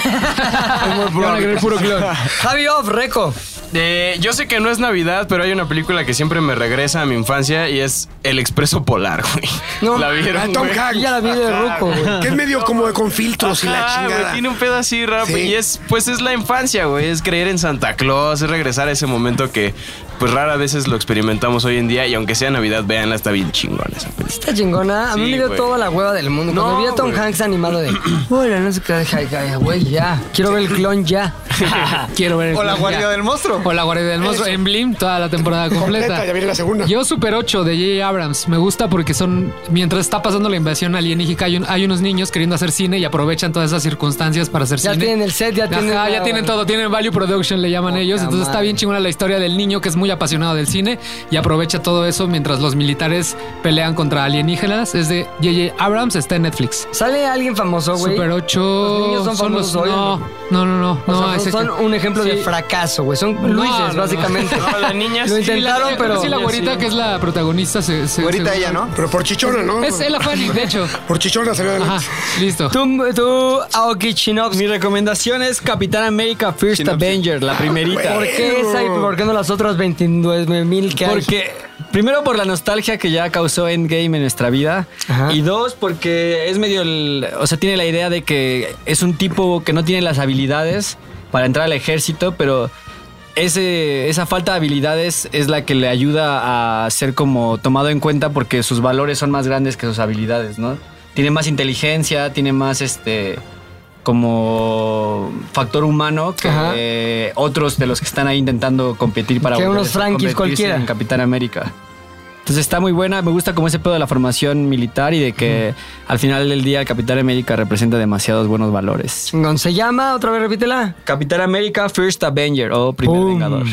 Speaker 3: Van a querer puro clon.
Speaker 2: Javi Off, Reco.
Speaker 10: Eh, yo sé que no es Navidad, pero hay una película que siempre me regresa a mi infancia y es El Expreso Polar, güey.
Speaker 2: No.
Speaker 10: ¿La
Speaker 4: Ah,
Speaker 10: vieron?
Speaker 4: Tom
Speaker 10: güey?
Speaker 4: Hanks.
Speaker 2: Ya la vi de ruco, güey.
Speaker 4: Que es medio como de con filtros y la
Speaker 10: Ajá, Ah, güey,
Speaker 4: chingada.
Speaker 10: tiene un pedo así raro.
Speaker 4: Sí.
Speaker 10: Y es, pues es la infancia, güey. Es creer en Santa Claus, es regresar a ese momento que, pues rara veces lo experimentamos hoy en día. Y aunque sea Navidad, véanla, está bien chingona esa película.
Speaker 2: Esta chingona, a mí
Speaker 10: Sí,
Speaker 2: me dio
Speaker 10: güey.
Speaker 2: toda la hueva del mundo.
Speaker 10: No,
Speaker 2: Cuando vi a Tom
Speaker 10: güey.
Speaker 2: Hanks animado de. Hola, no sé qué, ay, ay, güey, ya. Quiero ver el clon ya.
Speaker 3: Quiero ver el
Speaker 6: O la
Speaker 3: clon,
Speaker 6: guarida
Speaker 3: ya.
Speaker 6: del monstruo.
Speaker 3: O la guardia del monstruo en Blim toda la temporada completa.
Speaker 4: Completa, ya viene la segunda.
Speaker 3: Yo Super 8 de J.J. Abrams. Me gusta porque son mientras está pasando la invasión alienígena hay, un- hay unos niños queriendo hacer cine y aprovechan todas esas circunstancias para hacer
Speaker 2: Ya
Speaker 3: cine.
Speaker 2: tienen el set, ya tienen
Speaker 3: Ajá,
Speaker 2: la-
Speaker 3: ya tienen todo, tienen value production le llaman ellos, entonces está
Speaker 2: madre.
Speaker 3: bien chingona la historia del niño que es muy apasionado del cine y aprovecha todo eso mientras los militares pelean contra alienígenas. Es de J.J. Abrams, está en Netflix.
Speaker 2: ¿Sale alguien famoso, güey?
Speaker 3: Super 8.
Speaker 2: Los niños son famosos hoy,
Speaker 3: No, no, no, no.
Speaker 2: O
Speaker 3: no,
Speaker 2: sea,
Speaker 3: ese-
Speaker 2: son un ejemplo de fracaso, güey. Son
Speaker 3: No,
Speaker 2: Luises,
Speaker 3: no, no.
Speaker 2: básicamente.
Speaker 3: No, la niña
Speaker 2: Lo
Speaker 3: sí, la
Speaker 2: intentaron,
Speaker 3: niña-
Speaker 2: pero.
Speaker 3: sí, la güerita que es la protagonista. Se, se- se-
Speaker 4: Pero por chichona, ¿no?
Speaker 3: Es Ella Fanning, de hecho.
Speaker 4: Por chichona salió
Speaker 3: Ajá, listo.
Speaker 2: Tú, tú Aoki Chinox.
Speaker 9: Mi recomendación es Capitán América First Avenger, la primerita.
Speaker 2: ¿Por qué esa y por qué no las otras 29 mil que hay?
Speaker 9: Porque, primero, por la nostalgia que ya causó Endgame en nuestra vida. Y dos, porque es medio. el- o sea, tiene la idea de que es un tipo que no tiene las habilidades para entrar al ejército, pero. Ese, esa falta de habilidades es la que le ayuda a ser como tomado en cuenta porque sus valores son más grandes que sus habilidades, ¿no? Tiene más inteligencia, tiene más este como factor humano que
Speaker 2: Ajá.
Speaker 9: eh, otros de los que están ahí intentando competir para
Speaker 2: Que
Speaker 9: volver
Speaker 2: unos
Speaker 9: a convertirse
Speaker 2: franquis cualquiera.
Speaker 9: en Capitán América. Entonces está muy buena, me gusta como ese pedo de la formación militar y de que al final del día el Capitán América representa demasiados buenos valores.
Speaker 2: Chingón. Se llama, otra vez repítela.
Speaker 9: Capitán América First Avenger o Primer Vengador.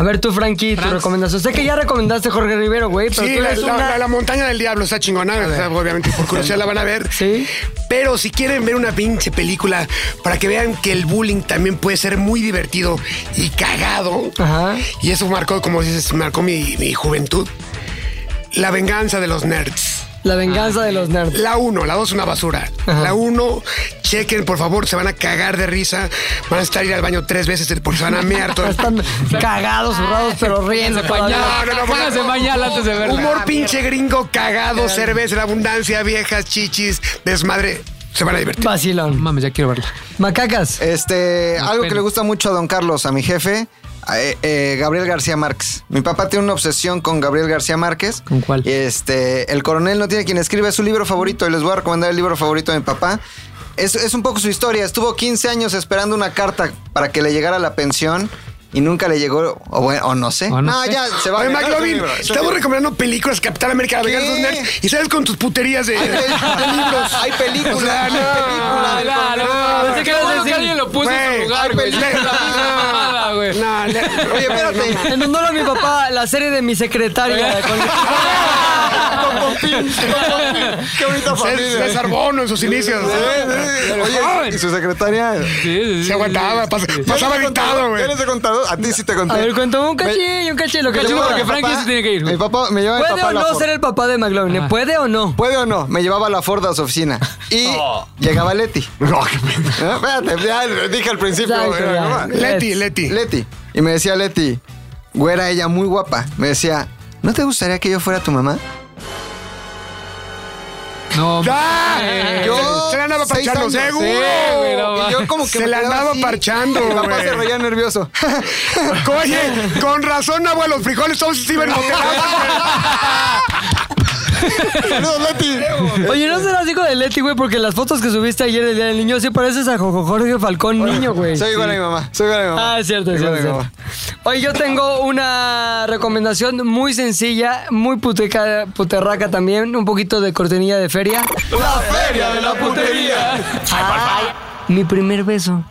Speaker 2: A ver, tú, Frankie, tu recomendación. Sé que ya recomendaste Jorge Rivero, güey, pero
Speaker 4: Sí,
Speaker 2: tú
Speaker 4: la,
Speaker 2: eres
Speaker 4: la-
Speaker 2: una.
Speaker 4: la- la montaña del diablo está chingona. o sea, obviamente, por curiosidad la van a ver. Sí. Pero si quieren ver una pinche película para que vean que el bullying también puede ser muy divertido y cagado. Y eso marcó, como dices, marcó mi, mi juventud. La venganza de los nerds.
Speaker 2: La venganza de los nerds.
Speaker 4: La 1, la 2 una basura. La 1, chequen, por favor, se van a cagar de risa. Van a estar ir al baño tres veces porque se van a mear.
Speaker 3: Ah.
Speaker 4: todo el-
Speaker 2: Están cagados, zurrados, pero riendo. todavía.
Speaker 4: pónganse
Speaker 3: pañal antes de verla.
Speaker 4: Humor pinche gringo, cagado, cerveza, en abundancia, viejas, chichis, desmadre. Se van a divertir.
Speaker 2: Vacilón.
Speaker 3: Mames, ya quiero verla.
Speaker 2: Macacas.
Speaker 6: Este, algo
Speaker 2: pena.
Speaker 6: que le gusta mucho a don Carlos, a mi jefe, a- eh, eh, Gabriel García Márquez. Mi papá tiene una obsesión con Gabriel García Márquez.
Speaker 3: ¿Con cuál?
Speaker 6: Este, El coronel no tiene quien escribe, es su libro favorito y les voy a recomendar el libro favorito de mi papá. Es, es un poco su historia. Estuvo 15 años esperando una carta para que le llegara la pensión y nunca le llegó, o, bueno, o no sé.
Speaker 4: O no
Speaker 6: no,
Speaker 4: sé.
Speaker 6: ya se va
Speaker 4: Oye,
Speaker 6: ganar.
Speaker 4: McLovin, estamos recomendando películas Capitán América, La
Speaker 6: ¿Qué?
Speaker 4: Venganza de los Nerds, y sales con tus puterías de,
Speaker 6: Hay pel-
Speaker 4: de libros.
Speaker 6: hay películas,
Speaker 4: O sea,
Speaker 6: hay
Speaker 4: no. No,
Speaker 6: películas.
Speaker 4: no, no.
Speaker 3: Pensé que ibas a Bueno que decir- alguien lo puso en Pues su
Speaker 4: Güey,
Speaker 3: lugar,
Speaker 4: hay
Speaker 3: güey.
Speaker 4: películas.
Speaker 3: La misma mamada, güey.
Speaker 4: No, le-
Speaker 6: Oye, espérate.
Speaker 2: En honor a mi papá, la serie de mi secretaria. con-
Speaker 6: Qué bonita familia.
Speaker 4: César Bono en sus inicios.
Speaker 6: Oye, ¿y su secretaria.
Speaker 4: Se aguantaba, pas- pasaba gritado, güey.
Speaker 6: ¿Eres de contador? A ti sí te conté.
Speaker 2: A ver, cuéntame un cachillo, un cachillo. Lo que te
Speaker 6: llevaba
Speaker 2: gusta.
Speaker 6: mi papá- Mi papá me llevaba mi
Speaker 2: ¿Puede
Speaker 6: papá
Speaker 2: o
Speaker 6: a la
Speaker 2: no
Speaker 6: Ford.
Speaker 2: ser el papá de McLovin? ¿eh? ¿Puede o no?
Speaker 6: Puede o no, me llevaba a la Ford a su oficina. Y
Speaker 4: Oh.
Speaker 6: llegaba Leti. No, Espérate, ya dije al principio.
Speaker 2: Exacto,
Speaker 6: güey,
Speaker 2: ya.
Speaker 6: no mames.
Speaker 4: Leti, Leti.
Speaker 6: Leti. Y me decía Leti, güera ella muy guapa. Me decía, ¿no te gustaría que yo fuera tu mamá?
Speaker 3: No.
Speaker 4: ¡Ah!
Speaker 6: Yo,
Speaker 4: Se la andaba
Speaker 6: seis
Speaker 4: parchando,
Speaker 6: años.
Speaker 4: seguro.
Speaker 6: Sí, güey, Y yo como que
Speaker 4: se
Speaker 6: me
Speaker 4: la
Speaker 6: quedaba
Speaker 4: andaba
Speaker 6: así.
Speaker 4: parchando.
Speaker 6: Mi papá
Speaker 4: güey.
Speaker 6: se reía nervioso.
Speaker 4: Oye, con razón, abuelo, los frijoles todos se iban
Speaker 6: Saludos, Leti.
Speaker 2: Oye, ¿no serás hijo de Leti, güey? Porque las fotos que subiste ayer del Día del Niño sí pareces a Jo- Jo- Jorge Falcón niño, güey.
Speaker 6: Soy igual a mi mamá. Soy igual a mi mamá.
Speaker 2: Ah, es cierto, es
Speaker 6: Igual
Speaker 2: cierto.
Speaker 6: a mi
Speaker 2: es cierto.
Speaker 6: mamá.
Speaker 2: Oye, yo tengo una recomendación muy sencilla, muy puteca, puterraca también, un poquito de cortinilla de feria.
Speaker 6: La feria de la putería.
Speaker 2: Mi primer beso.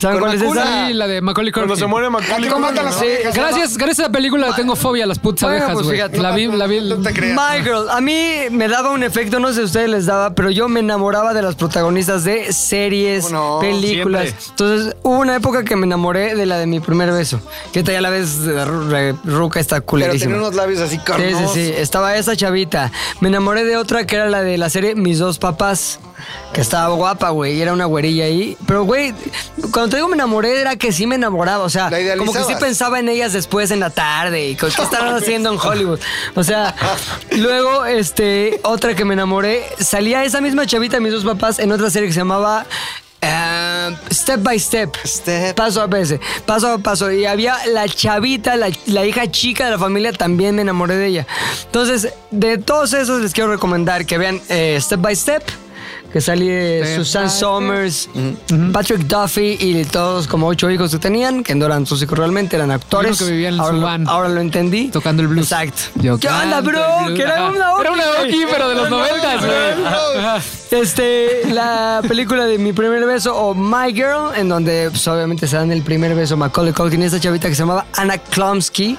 Speaker 2: ¿Saben cuál es esa?
Speaker 3: Sí, la de Macaulay Culkin.
Speaker 7: Cuando se muere Macaulay.
Speaker 4: ¿Cómo andan las
Speaker 3: Sí,
Speaker 4: ovejas?
Speaker 3: gracias, gracias a la película tengo fobia a las putas
Speaker 2: Bueno,
Speaker 3: abejas,
Speaker 2: pues,
Speaker 3: güey.
Speaker 2: fíjate.
Speaker 3: la vi, la vi.
Speaker 4: No te creas.
Speaker 2: My Girl, a mí me daba un efecto, no sé si a ustedes les daba, pero yo me enamoraba de las protagonistas de series,
Speaker 6: ¿Cómo no?
Speaker 2: películas.
Speaker 9: Siempre.
Speaker 2: Entonces, hubo una época que me enamoré de la de mi primer beso. Que esta ya la ves eh, ru- re- ruca, está
Speaker 6: Pero
Speaker 2: culerísima.
Speaker 6: tenía unos labios así
Speaker 2: Sí, sí,
Speaker 6: carnosos.
Speaker 2: sí. Estaba esa chavita. Me enamoré de otra que era la de la serie Mis dos papás. Que estaba guapa, güey. y Era una güerilla ahí. Pero, güey, cuando te digo me enamoré, era que sí me enamoraba. O sea,
Speaker 6: La
Speaker 2: como que sí
Speaker 6: idealizabas.
Speaker 2: pensaba en ellas después en la tarde. Y co- qué estarán haciendo en Hollywood. O sea, luego, este, otra que me enamoré. Salía esa misma chavita de mis dos papás en otra serie que se llamaba. eh, step by step.
Speaker 6: Step.
Speaker 2: Paso a veces, paso a paso. Y había la chavita, la, la hija chica de la familia, también me enamoré de ella. Entonces, de todos esos les quiero recomendar que vean eh, Step by Mm. Step, que sale
Speaker 16: Sí.
Speaker 2: Susan
Speaker 16: Ah,
Speaker 2: Somers, Patrick Duffy y todos como ocho hijos que tenían, que no eran sus hijos realmente, eran actores.
Speaker 3: que vivían en
Speaker 2: ahora,
Speaker 3: su
Speaker 2: lo- ahora lo entendí. Tocando el blues. Exacto. ¿Qué onda,
Speaker 3: canto el
Speaker 2: bro?
Speaker 3: blues.
Speaker 2: Que era
Speaker 3: Ajá.
Speaker 2: una Oki.
Speaker 3: Era una
Speaker 2: güey.
Speaker 3: Oki, pero de los
Speaker 2: Era una Oki,
Speaker 3: 90s,
Speaker 2: pero
Speaker 3: güey.
Speaker 2: era una Oki. Este, la película de Mi Primer Beso o My Girl, en donde pues, obviamente se dan el primer beso Macaulay Culkin y esta chavita que se llamaba Anna Klumsky,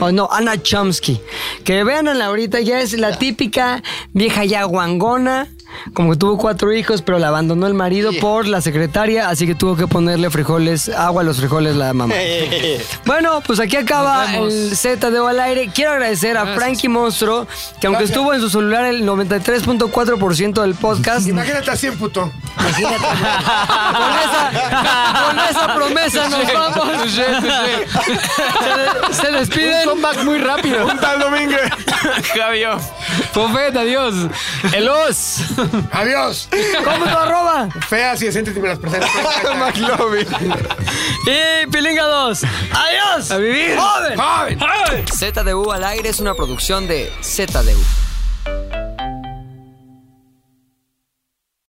Speaker 2: o no, Anna Chomsky, que vean ahorita, ya es la típica vieja ya guangona, como que tuvo cuatro hijos, pero la abandonó el marido por la secretaria, así que tuvo que ponerle frijoles, agua a los frijoles la mamá. Bueno, pues aquí acaba el Z de O al aire. Quiero agradecer a Frankie Monstruo, que aunque estuvo en su celular el 93.4% del podcast.
Speaker 4: Imagínate a 100, puto.
Speaker 2: Imagínate. Con esa promesa nos vamos.
Speaker 4: touché, touché.
Speaker 2: Se, se despiden.
Speaker 16: Un comeback muy rápido.
Speaker 7: Un tal domingo.
Speaker 10: Javio.
Speaker 3: Fofet, adiós. El os.
Speaker 4: Adiós.
Speaker 2: ¿Cómo te arroba?
Speaker 4: Feas y decentes me las presentas.
Speaker 2: Y Pilinga 2. Adiós. A vivir.
Speaker 4: Joven.
Speaker 2: ZDU al aire es una producción de ZDU.